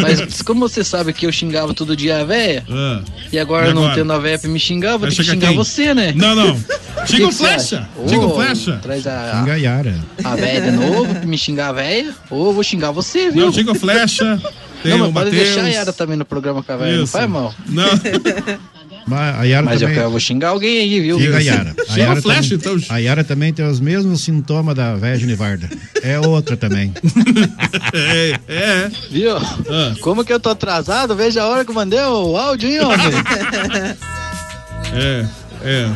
Speaker 24: Mas como você sabe que eu xingava todo dia a véia,
Speaker 2: ah.
Speaker 24: e agora,
Speaker 2: E agora?
Speaker 24: não tendo a véia pra me xingar, eu vou
Speaker 2: Vai
Speaker 24: ter que
Speaker 2: chegar
Speaker 24: xingar
Speaker 2: quem?
Speaker 24: você, né?
Speaker 2: Não, não. Xinga o Flecha, xinga o
Speaker 24: Flecha! Traz a,
Speaker 9: Engaiara.
Speaker 24: a véia de novo pra me xingar a véia, ou eu vou xingar você, viu?
Speaker 2: Não, xinga o Flecha. Tem
Speaker 24: Não, mas
Speaker 2: o
Speaker 24: pode
Speaker 2: Matheus.
Speaker 24: deixar a Yara também no programa com a véia, não
Speaker 2: Isso.
Speaker 24: faz mal.
Speaker 2: Não.
Speaker 9: Mas a Yara
Speaker 24: Mas eu
Speaker 9: também...
Speaker 24: quero- eu vou xingar alguém aí, viu?
Speaker 9: Diga a Yara. A Yara,
Speaker 24: Flash,
Speaker 9: também,
Speaker 2: então,
Speaker 9: a Yara também tem os mesmos sintomas da velha Genivarda. É outra também.
Speaker 24: É, é. Viu?
Speaker 2: Ah.
Speaker 24: Como que eu tô atrasado? Veja a hora que eu mandei o áudio, hein, homem?
Speaker 2: É, é.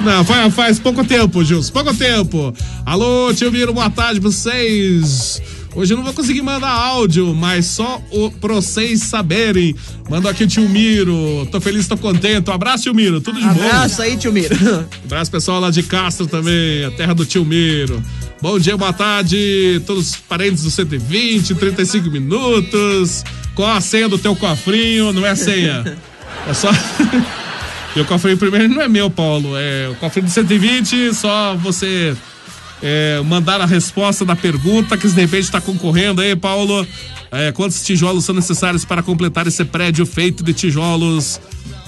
Speaker 2: Não, faz, faz pouco tempo, Gilson, pouco tempo. Alô, tio Miro, boa tarde pra vocês. Hoje eu não vou conseguir mandar áudio, mas só o, pra vocês saberem. Manda aqui, tio Miro. Tô feliz, tô contente. Um abraço, tio Miro. Tudo de bom.
Speaker 12: Abraço aí, tio Miro.
Speaker 2: Abraço, pessoal lá de Castro também, a terra do tio Miro. Bom dia, boa tarde, todos os parentes do 120, 35 minutos. Qual a senha do teu cofrinho? Não é senha. É só. E o cofrinho primeiro não é meu, Paulo. É o cofrinho do 120, só você é, mandar a resposta da pergunta que de repente está concorrendo aí, Paulo. É, quantos tijolos são necessários para completar esse prédio feito de tijolos?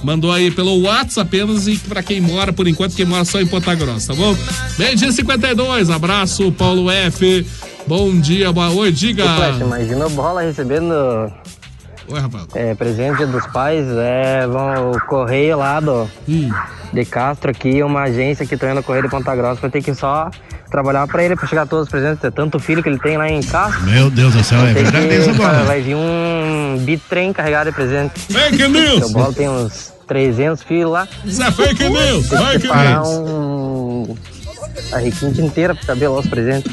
Speaker 2: Mandou aí pelo WhatsApp apenas e pra quem mora, por enquanto, quem mora só em Ponta Grossa, tá bom? Meio dia 52, abraço, Paulo F. Bom dia, boa... Oi, diga.
Speaker 18: Ô, Flecha, imagina o Bola recebendo
Speaker 2: Oi, rapaz.
Speaker 18: é, presente dos pais, é, vão, o correio lá do
Speaker 2: Hum.
Speaker 18: de Castro aqui, uma agência que tá indo no correio de Ponta Grossa, vai ter que só trabalhar pra ele, pra chegar todos os presentes, é tanto filho que ele tem lá em Castro.
Speaker 9: Meu Deus do céu, é
Speaker 18: Tem
Speaker 9: verdade
Speaker 18: que,
Speaker 9: isso,
Speaker 18: cara,
Speaker 9: bola.
Speaker 18: vai vir um bitrem carregado de presente.
Speaker 2: Fake news!
Speaker 18: O Bola tem uns 300 filhos lá.
Speaker 2: Isso é fake news!
Speaker 18: Tem que
Speaker 2: Fake
Speaker 18: preparar
Speaker 2: news!
Speaker 18: um... A requinte inteira pra caber lá os presentes.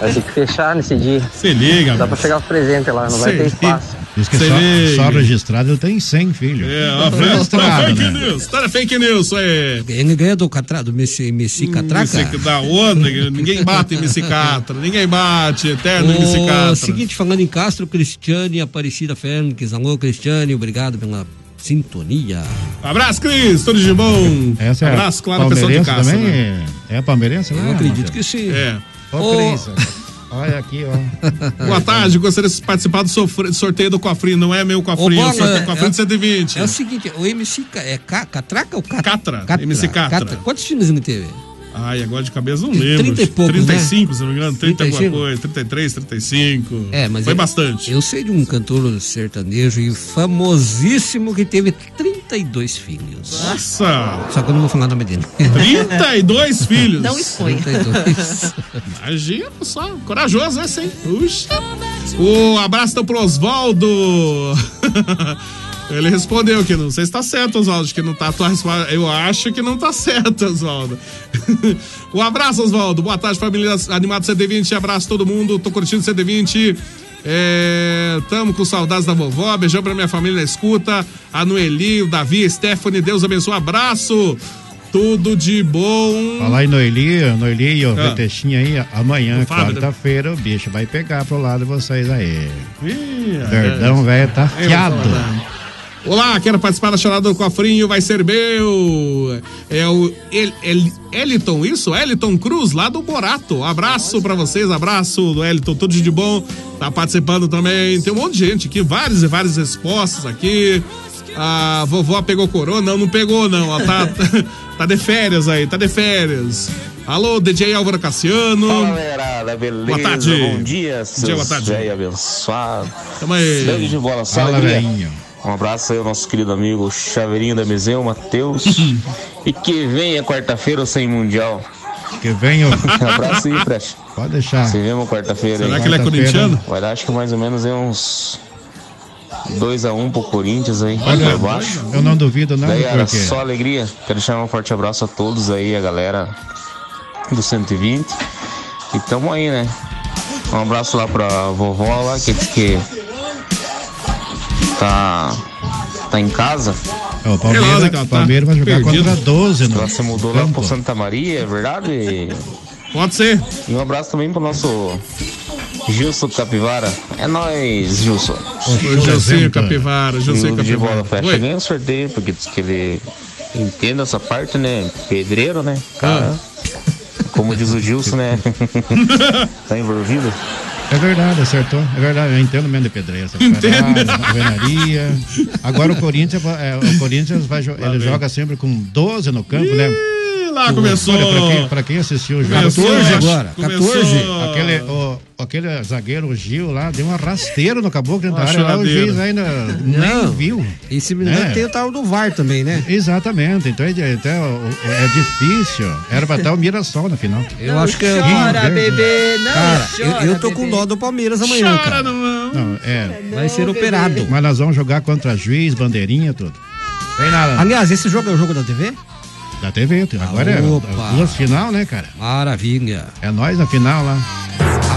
Speaker 18: Vai ter que fechar nesse dia.
Speaker 2: Se liga,
Speaker 18: Dá pra chegar os presentes lá, não vai
Speaker 9: Se
Speaker 18: ter
Speaker 9: liga.
Speaker 18: espaço.
Speaker 9: Diz que
Speaker 2: Você
Speaker 9: só,
Speaker 2: vê.
Speaker 9: só registrado eu tenho 100 filhos.
Speaker 2: É, ó,
Speaker 9: Registrado,
Speaker 2: fake
Speaker 9: né?
Speaker 2: news, tá na fake news, isso aí. Hum,
Speaker 11: Ele ganha do, catra, do Messi, Messi Catraca?
Speaker 2: Esse- Da onda, ninguém bate em MC Catra, ninguém bate, eterno
Speaker 11: Ô,
Speaker 2: MC Catra.
Speaker 11: Seguinte, falando em Castro, Cristiane Aparecida Fernandes. Alô, Cristiane, obrigado pela sintonia.
Speaker 2: Abraço, Cris, tudo de bom.
Speaker 9: Essa é
Speaker 2: Abraço, claro, pessoal de
Speaker 9: palmeirense
Speaker 2: casa.
Speaker 9: também?
Speaker 2: né?
Speaker 9: É, é palmeirense?
Speaker 2: Eu
Speaker 9: lá,
Speaker 2: acredito
Speaker 9: Matheus?
Speaker 2: que sim. É.
Speaker 9: Ô,
Speaker 2: Ô-
Speaker 9: Cris, olha aqui, ó.
Speaker 2: Boa tarde, gostaria de participar do sofre- sorteio do cofrinho, não é meu
Speaker 11: Ô,
Speaker 2: cofrinho, é o
Speaker 11: Bola,
Speaker 2: sorteio do cofrinho
Speaker 11: é-
Speaker 2: de 120.
Speaker 11: É o seguinte, o MC Ca- é Ca- Catraca ou Catra?
Speaker 2: Catra, MC Catra.
Speaker 11: Quantos times ele teve?
Speaker 2: Ai, agora de cabeça não lembro.
Speaker 11: 30 e poucos, né?
Speaker 2: 35, se não me engano, 30 alguma
Speaker 11: 35?
Speaker 2: coisa, 33, 35.
Speaker 11: É, mas
Speaker 2: Foi
Speaker 11: eu-
Speaker 2: bastante.
Speaker 11: Eu sei de um cantor sertanejo e famosíssimo que teve 32 filhos.
Speaker 2: Nossa!
Speaker 11: Só que eu não vou falar o nome dele.
Speaker 2: 32 filhos.
Speaker 11: Não expõe. 32.
Speaker 2: Imagina só, corajoso esse, hein? Puxa. O abraço então pro Oswaldo. Ele respondeu que não sei se tá certo, Oswaldo, acho que não tá a tua resposta. Eu acho que não tá certo, Oswaldo. um abraço, Oswaldo. Boa tarde, família Animado 120. Abraço todo mundo. Tô curtindo 120. É, tamo com saudades da vovó. Beijão pra minha família na escuta. A Noeli, o Davi, a Stephanie. Deus abençoe. Abraço. Tudo de bom.
Speaker 9: Falar em Noeli, Noeli e o
Speaker 2: Ah.
Speaker 9: Vetexinha aí, amanhã,
Speaker 2: O Fábio, né?
Speaker 9: quarta-feira, o bicho vai pegar pro lado de vocês aí.
Speaker 2: Ih, é.
Speaker 9: Verdão, velho, tá
Speaker 2: Eu
Speaker 9: fiado.
Speaker 2: vou falar. Olá, quero participar da chorada do cofrinho, vai ser meu. É o El, El- Eliton, isso? Eliton Cruz, lá do Borato. Abraço pra vocês, abraço do Eliton, tudo de bom. Tá participando também. Tem um monte de gente aqui, várias e várias respostas aqui. A vovó pegou corona? Não, não pegou, não. Ela tá, tá de férias aí, tá de férias. Alô, DJ Álvaro Cassiano.
Speaker 3: Galera, beleza?
Speaker 2: Boa tarde.
Speaker 3: Bom dia,
Speaker 2: Bom dia, boa tarde.
Speaker 3: Véio abençoado.
Speaker 2: Tamo aí.
Speaker 3: Sangue de bola, só
Speaker 2: Fala,
Speaker 3: alegria.
Speaker 2: velhinho.
Speaker 3: Um abraço aí ao nosso querido amigo Chaveirinho da Meseu, Matheus. e que venha quarta-feira sem Mundial.
Speaker 9: Que venha.
Speaker 3: Um abraço aí, Fresh.
Speaker 9: Pode deixar.
Speaker 3: Se vemos quarta-feira.
Speaker 9: Será
Speaker 3: hein?
Speaker 9: que ele é Quarta-feira. corintiano?
Speaker 3: Vai dar, acho que mais ou menos é uns 2x1 pro Corinthians aí,
Speaker 9: Olha,
Speaker 3: pra baixo.
Speaker 9: eu não duvido nada,
Speaker 3: Daí era
Speaker 9: porque-
Speaker 3: só alegria. Quero deixar um forte abraço a todos aí, a galera do 120. E tamo aí, né? Um abraço lá pra vovó lá, que diz que tá, tá em casa.
Speaker 9: É, o Palmeiras,
Speaker 3: Sei lá,
Speaker 2: tá
Speaker 3: né,
Speaker 9: o Palmeiras vai jogar
Speaker 3: perdido.
Speaker 9: contra 12 no
Speaker 3: Ela se mudou lá
Speaker 9: campo.
Speaker 3: pro Santa Maria, é verdade?
Speaker 2: Pode ser.
Speaker 3: E um abraço também pro nosso Gilson Capivara. É nóis, Gilson.
Speaker 2: Ô,
Speaker 9: é.
Speaker 2: Gilson Capivara, Gilson
Speaker 3: Minuto de
Speaker 2: Capivara.
Speaker 3: bola fecha.
Speaker 2: Oi.
Speaker 3: Ganha o sorteio, porque diz que ele entenda essa parte, né? Pedreiro, né? Cara,
Speaker 2: Ah.
Speaker 3: como diz o Gilson, né? tá envolvido.
Speaker 9: É verdade, acertou. É verdade, eu entendo mesmo de pedreira. essa
Speaker 3: Entendo.
Speaker 9: parada, alvenaria. Agora o Corinthians, vai- é, o Corinthians vai, jo- ele joga sempre com 12 no campo, né?
Speaker 2: Ih, lá começou.
Speaker 9: Olha, pra, quem, pra quem assistiu o jogo.
Speaker 2: 14 agora, Começou. 14.
Speaker 9: Aquele, o- aquele zagueiro o Gil lá deu uma rasteira no caboclo dentro
Speaker 11: Uma
Speaker 9: da área. Lá, o
Speaker 11: choradeira.
Speaker 9: juiz ainda nem
Speaker 11: Não.
Speaker 9: viu. É.
Speaker 11: E se me engano, tem o tal do VAR também, né?
Speaker 9: Exatamente. Então é, de- então é o- é difícil. Era pra estar o Mirassol na final.
Speaker 11: Eu acho que é- Chora, bebê, não Cara, eu- chora, eu tô com bebê. dó do Palmeiras amanhã, Chora, cara.
Speaker 9: Não, é.
Speaker 11: Vai ser operado.
Speaker 9: Mas nós vamos jogar contra juiz, bandeirinha, tudo. Tem nada.
Speaker 11: Aliás, esse jogo é o jogo da TV?
Speaker 9: Da TV, tem- agora é
Speaker 11: Opa.
Speaker 9: duas final, né, cara?
Speaker 11: Maravilha.
Speaker 9: É nós na final lá.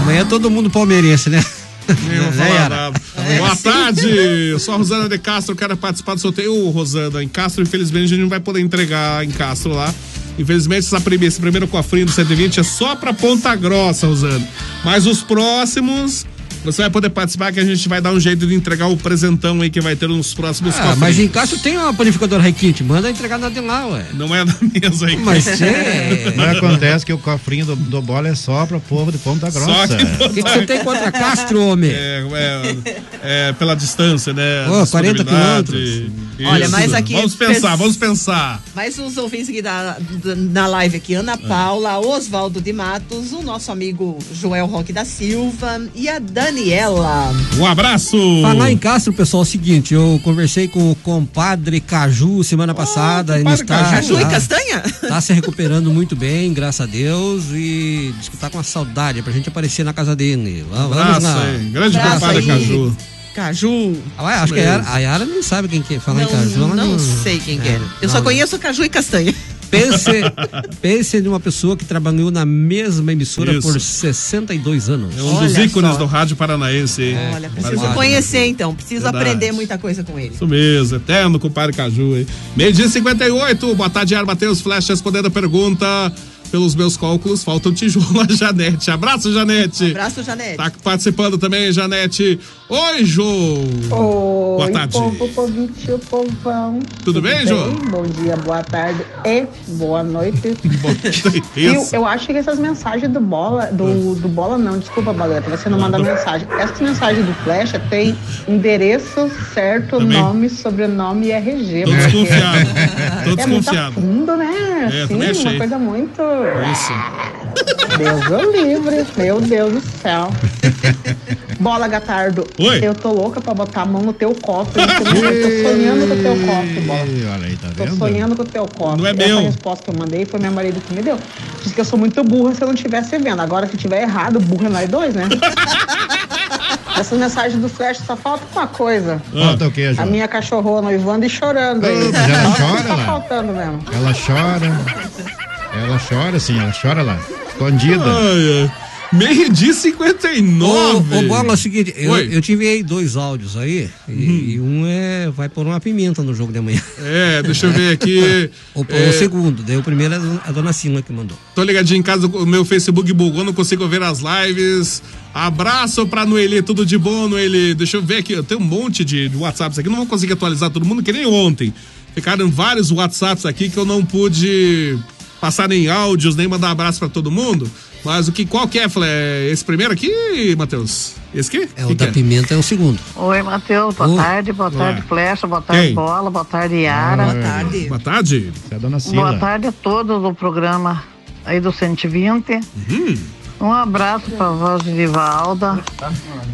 Speaker 11: Amanhã todo mundo palmeirense, né? É.
Speaker 2: Nem vou
Speaker 11: Já
Speaker 2: falar
Speaker 11: era.
Speaker 2: nada. Boa tarde, eu sou a Rosana de Castro, quero participar do sorteio. Ô, Rosana, em Castro, infelizmente, a gente não vai poder entregar em Castro lá. Infelizmente, essa prime- esse primeiro cofrinho do 120 é só pra Ponta Grossa, Rosana. Mas os próximos Você vai poder participar que a gente vai dar um jeito de entregar o presentão aí que vai ter nos próximos
Speaker 11: Ah, mas em
Speaker 2: cofrinhos.
Speaker 11: Cássio tem uma panificadora Requinte, manda entregar na de lá, ué.
Speaker 2: Não é da mesa aí.
Speaker 11: Mas é.
Speaker 9: Mas acontece que o cofrinho do, do bola é só pra povo de Ponta
Speaker 2: Só
Speaker 9: Grossa. É.
Speaker 2: que-
Speaker 11: O que, que você tem contra Castro, homem?
Speaker 2: É, é, é, pela distância, né?
Speaker 11: Ô, 40
Speaker 2: Disponibilidade. Isso.
Speaker 12: Olha, mas aqui-
Speaker 2: Vamos pensar, vamos pensar.
Speaker 12: Mas os ouvintes aqui da, da- na live aqui, Ana
Speaker 2: Ah.
Speaker 12: Paula, Oswaldo de Matos, o nosso amigo Joel Roque da Silva e a Daniela.
Speaker 2: Um abraço!
Speaker 11: Falar em Castro, pessoal, é o seguinte, eu conversei com o compadre Caju semana passada. ele
Speaker 12: compadre
Speaker 11: está,
Speaker 12: Caju. Caju e
Speaker 11: tá-
Speaker 12: Castanha?
Speaker 11: Tá se recuperando muito bem, graças a Deus, e diz que tá com uma saudade pra gente aparecer na casa dele. Vamos
Speaker 2: Abraço
Speaker 11: lá.
Speaker 2: aí, grande Abraço compadre aí. Caju.
Speaker 12: Caju.
Speaker 11: Ah, acho que a Yara, a Yara nem sabe quem que é. Falar em
Speaker 12: É. Não,
Speaker 11: Caju, ela
Speaker 12: não sei quem que é. Eu só
Speaker 11: não.
Speaker 12: conheço Caju e Castanha.
Speaker 11: Pense, pense numa pessoa que trabalhou na mesma emissora
Speaker 2: Isso.
Speaker 11: por 62 anos.
Speaker 2: É um dos ícones do rádio paranaense. hein?
Speaker 12: É, Olha, preciso
Speaker 2: Paranaense.
Speaker 12: conhecer então, preciso
Speaker 2: Verdade.
Speaker 12: aprender muita coisa com ele.
Speaker 2: Isso mesmo, eterno compadre Caju, hein? Meio dia e 58, boa tarde, Ar Matheus Flash respondendo a pergunta. Pelos meus cálculos, falta um tijolo a Janete. Abraço, Janete.
Speaker 12: Abraço, Janete.
Speaker 2: Tá participando também, Janete. Oi, Jô. boa tarde.
Speaker 4: povo, povinho, povão.
Speaker 2: Tudo bem, Jô?
Speaker 4: Bom dia, boa tarde e boa noite. Viu?
Speaker 2: Isso.
Speaker 4: Eu acho que essas mensagens do Bola,
Speaker 2: Hum.
Speaker 4: do, do Bola não, desculpa, Baleta, você não manda mensagem. Essa mensagem do Flecha tem endereço certo,
Speaker 2: Também.
Speaker 4: nome, sobrenome e RG.
Speaker 2: Tô
Speaker 4: porque
Speaker 2: desconfiado. Tô
Speaker 4: É muito a
Speaker 2: desconfiado.
Speaker 4: fundo, né?
Speaker 2: É,
Speaker 4: Assim,
Speaker 2: também
Speaker 4: uma
Speaker 2: achei.
Speaker 4: coisa muito...
Speaker 2: Isso.
Speaker 4: Deus o livre, meu Deus do céu. Bola, Gatardo.
Speaker 9: Oi.
Speaker 4: Eu tô louca pra botar a mão no teu copo. hein? Eu tô sonhando com o teu copo, Bola.
Speaker 9: Ih, olha aí, tá
Speaker 4: Tô
Speaker 9: vendo?
Speaker 4: sonhando com o teu copo.
Speaker 9: Não é
Speaker 4: Essa
Speaker 9: meu.
Speaker 4: resposta que eu mandei foi meu marido que me deu. Diz que eu sou muito burra se eu não estivesse vendo. Agora, se tiver errado, burra é nós dois, né? Essa mensagem do Flash só falta uma coisa.
Speaker 9: Falta o quê, Jô?
Speaker 4: A minha cachorrona noivando e chorando. aí.
Speaker 9: mas ela
Speaker 4: Só isso
Speaker 9: chora,
Speaker 4: que tá
Speaker 9: lá.
Speaker 4: faltando mesmo.
Speaker 9: Ela chora. Ela chora, sim, ela chora lá. Escondida.
Speaker 2: Meio dia 59.
Speaker 11: Ô, ô, Bola, é o seguinte, eu,
Speaker 2: Oi. Uhum.
Speaker 11: eu tive aí dois áudios aí, e, e um é vai pôr uma pimenta no jogo de amanhã.
Speaker 2: É, deixa eu ver aqui.
Speaker 11: O, o
Speaker 2: É.
Speaker 11: segundo, daí o primeiro é a dona- a dona Sina que mandou.
Speaker 2: Tô ligadinho em casa, o meu Facebook bugou, não consigo ver as lives. Abraço pra Noeli, tudo de bom, Noeli. Deixa eu ver aqui, eu tenho um monte de de WhatsApps aqui, não vou conseguir atualizar todo mundo, que nem ontem. Ficaram vários WhatsApps aqui que eu não pude passar nem áudios, nem mandar abraço pra todo mundo. Mas o que, qual que é, Flé? Esse primeiro aqui, Matheus? Esse aqui?
Speaker 11: É, o da pimenta é o segundo.
Speaker 6: Oi, Matheus,
Speaker 10: Hum.
Speaker 6: boa tarde, boa
Speaker 2: Olá.
Speaker 6: tarde, Flecha, boa tarde,
Speaker 2: Quem?
Speaker 6: Bola, Ah, boa tarde, Yara.
Speaker 10: Ah,
Speaker 2: Boa tarde. É a dona
Speaker 6: Boa tarde a todos do programa aí do 120. Um abraço para a voz de Divalda.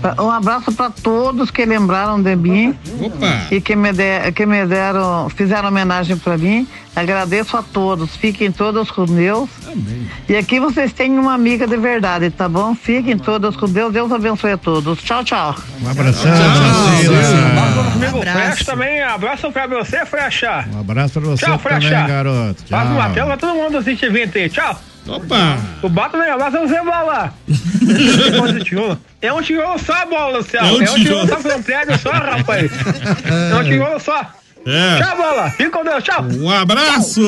Speaker 6: Pra- Um abraço para todos que lembraram de mim
Speaker 2: Opa.
Speaker 6: e que me, de- que me deram, fizeram homenagem para mim. Agradeço a todos. Fiquem todos com Deus. E aqui vocês têm uma amiga de verdade, tá bom? Fiquem todos com Deus. Deus abençoe a todos. Tchau, tchau.
Speaker 9: Um abração, dona
Speaker 6: Abraço.
Speaker 9: Sila.
Speaker 6: Abraço.
Speaker 14: Flash também, abraço pra você, Flecha.
Speaker 9: Um abraço pra você
Speaker 14: Tchau,
Speaker 9: também,
Speaker 14: Flecha.
Speaker 9: garoto. Tchau.
Speaker 14: Faz um o Matheus, pra todo mundo assiste 20 aí. Tchau.
Speaker 2: Opa.
Speaker 14: O Bato vem abraço, você vai lá. Coisa de tijolo. é um tijolo só a bola, Luciano.
Speaker 2: É um tijolo.
Speaker 22: tá
Speaker 14: só, foi um prédio só, rapaz.
Speaker 22: Então,
Speaker 14: É um tijolo só.
Speaker 2: É.
Speaker 14: Tchau, bola. Fica com Deus, tchau.
Speaker 2: Um abraço.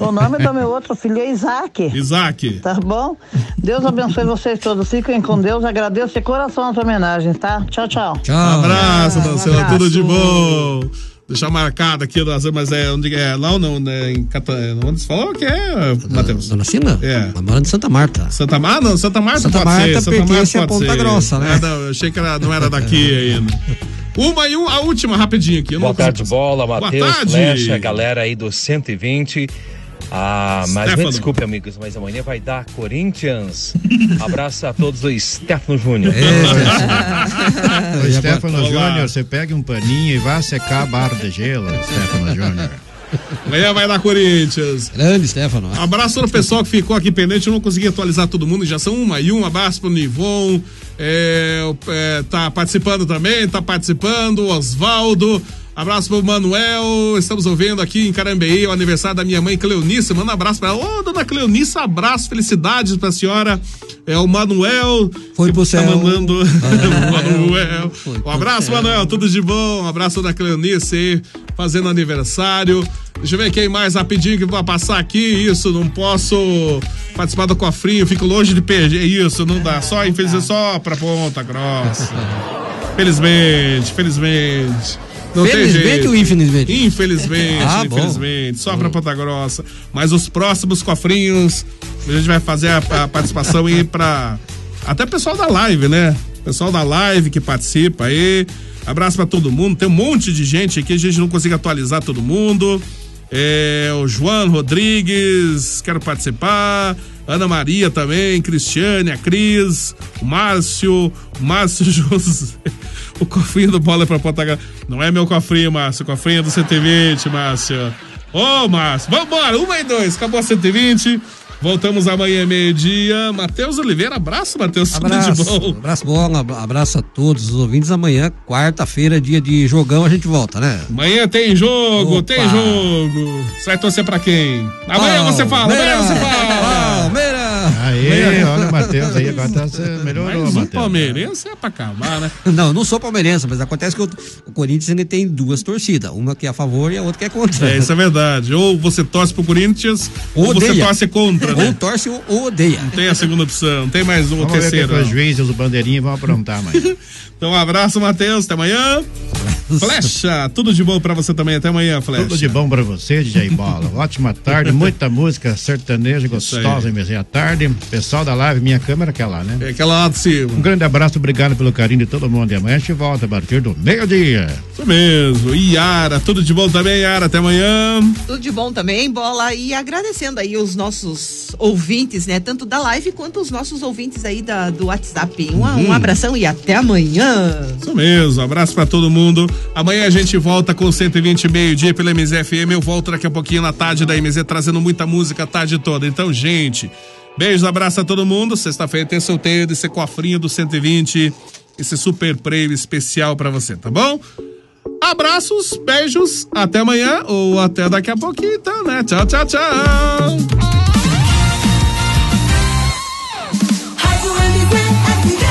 Speaker 6: O nome do meu outro filho é Isaac.
Speaker 2: Isaac.
Speaker 6: Tá bom? Deus abençoe vocês todos. Fiquem com Deus. Agradeço de coração as homenagens, tá? Tchau, tchau.
Speaker 2: Um abraço, Marcela,
Speaker 6: abraço.
Speaker 2: tudo de bom. Deixar marcado aqui, nossa, mas é onde é? Lá ou não? Né? Em Cata... Onde você falou que é, Matheus?
Speaker 11: Dona Sina?
Speaker 2: É.
Speaker 11: Ela mora de Santa Marta.
Speaker 2: Santa Marta? Não, Santa Marta
Speaker 11: Santa
Speaker 2: Ah, pode
Speaker 11: Marta
Speaker 2: ser.
Speaker 11: pertence à
Speaker 2: pode
Speaker 11: Ponta Grossa, né?
Speaker 2: É, não, eu achei que era- não era daqui ainda. Uma e um, a última, rapidinho aqui. eu não
Speaker 25: Boa
Speaker 2: consigo
Speaker 25: tarde, bola,
Speaker 2: Boa
Speaker 25: Matheus,
Speaker 2: tarde.
Speaker 25: Flecha, galera aí do 120. Ah, mas me
Speaker 2: Stefano.
Speaker 25: desculpe, amigos, mas amanhã vai dar Corinthians. Abraço a todos do Stefano Júnior.
Speaker 9: Ô, Stefano
Speaker 25: Olá.
Speaker 9: Júnior, você pega um paninho e vá secar a barra de gelo, Stefano Júnior.
Speaker 2: Amanhã vai dar Corinthians.
Speaker 11: Grande, Stefano.
Speaker 2: Abraço ao pessoal que ficou aqui pendente. Eu não consegui atualizar todo mundo, já são uma e um. Abraço pro Nivon. É, o- é, tá participando também, tá participando. Osvaldo. Abraço pro Manuel, estamos ouvindo aqui em Carambeí, o aniversário da minha mãe Cleonice, manda um abraço pra ela. Ô, dona Cleonice, abraço, felicidades pra senhora. É o Manuel. Foi pro céu. Tá mandando. Manuel. Um abraço, Manuel, tudo de bom. Um abraço da Cleonice aí, fazendo aniversário. Deixa eu ver quem mais rapidinho que vai passar aqui. Isso, não posso participar do cofrinho, fico longe de PG. Isso, não dá. Só, infelizmente, só pra Ponta Grossa. felizmente, felizmente. Não tem
Speaker 11: Felizmente
Speaker 2: jeito.
Speaker 11: ou infelizmente?
Speaker 2: Infelizmente,
Speaker 11: Ah, bom.
Speaker 2: infelizmente. Só pra Ponta Grossa. Mas os próximos cofrinhos, a gente vai fazer a, a participação aí pra. Até o pessoal da live, né? Pessoal da live que participa aí. Abraço pra todo mundo. Tem um monte de gente aqui, a gente não consegue atualizar todo mundo. É, o João Rodrigues, quero participar. Ana Maria também, Cristiane, a Cris, o Márcio, o Márcio José. O cofrinho do bola é pra Ponta Grossa. Não é meu cofrinho, Márcio. O cofrinho é do 120, Márcio. Ô, Márcio, vambora, uma e dois, acabou a 120. Voltamos amanhã, meio-dia. Matheus Oliveira, abraço, Matheus. Tudo de
Speaker 11: Abraço,
Speaker 2: bom.
Speaker 11: abraço bola, abra- abraço a todos os ouvintes. Amanhã, quarta-feira, dia de jogão, a gente volta, né?
Speaker 2: Amanhã tem jogo,
Speaker 11: Opa.
Speaker 2: tem jogo. Você vai torcer pra quem? Amanhã você fala, amanhã você fala.
Speaker 11: Palmeiras!
Speaker 9: Aê, olha o Matheus aí, agora tá,
Speaker 2: é
Speaker 9: você melhorou,
Speaker 11: Mais um
Speaker 9: Matheus.
Speaker 2: Palmeirense é pra acabar, né?
Speaker 11: Não, eu não sou palmeirense, mas acontece que o, o Corinthians ele tem duas torcidas, uma que é a favor e a outra que é contra.
Speaker 2: É, isso é verdade. Ou você torce pro Corinthians, ou, você
Speaker 11: Odeia.
Speaker 2: torce contra, né?
Speaker 11: Ou torce ou odeia.
Speaker 2: Não tem a segunda opção, não tem mais uma,
Speaker 9: Vamos ver o que
Speaker 2: terceira.
Speaker 9: que os juízes, os bandeirinhos vão aprontar, mas.
Speaker 2: Então, um abraço, Matheus. Até amanhã. Flecha, tudo de bom pra você também. Até amanhã, Flecha.
Speaker 9: Tudo de bom pra você, DJ Bola. Ótima tarde, muita música sertaneja, gostosa,
Speaker 2: aí.
Speaker 9: mesinha à tarde. Pessoal da live, minha câmera que é lá, né?
Speaker 2: É aquela lá de cima.
Speaker 9: Um grande abraço, obrigado pelo carinho de todo mundo. E amanhã a gente volta a partir do meio-dia.
Speaker 2: Isso mesmo. Yara, tudo de bom também, Yara. Até amanhã.
Speaker 12: Tudo de bom também, bola. E agradecendo aí os nossos ouvintes, né? Tanto da live quanto os nossos ouvintes aí da, do WhatsApp. Um, um
Speaker 11: Hum.
Speaker 2: Uhum.
Speaker 12: abração e até amanhã.
Speaker 2: Isso mesmo, abraço pra todo mundo. Amanhã a gente volta com 120 meio-dia pela MZFM. Eu volto daqui a pouquinho na tarde da MZ, trazendo muita música a tarde toda. Então, gente, beijos, abraço a todo mundo. Sexta-feira tem sorteio desse cofrinho do 120, esse super prêmio especial pra você, tá bom? Abraços, beijos, até amanhã ou até daqui a pouquinho, então, né? Tchau, tchau, tchau!
Speaker 1: Rádio MZ, aqui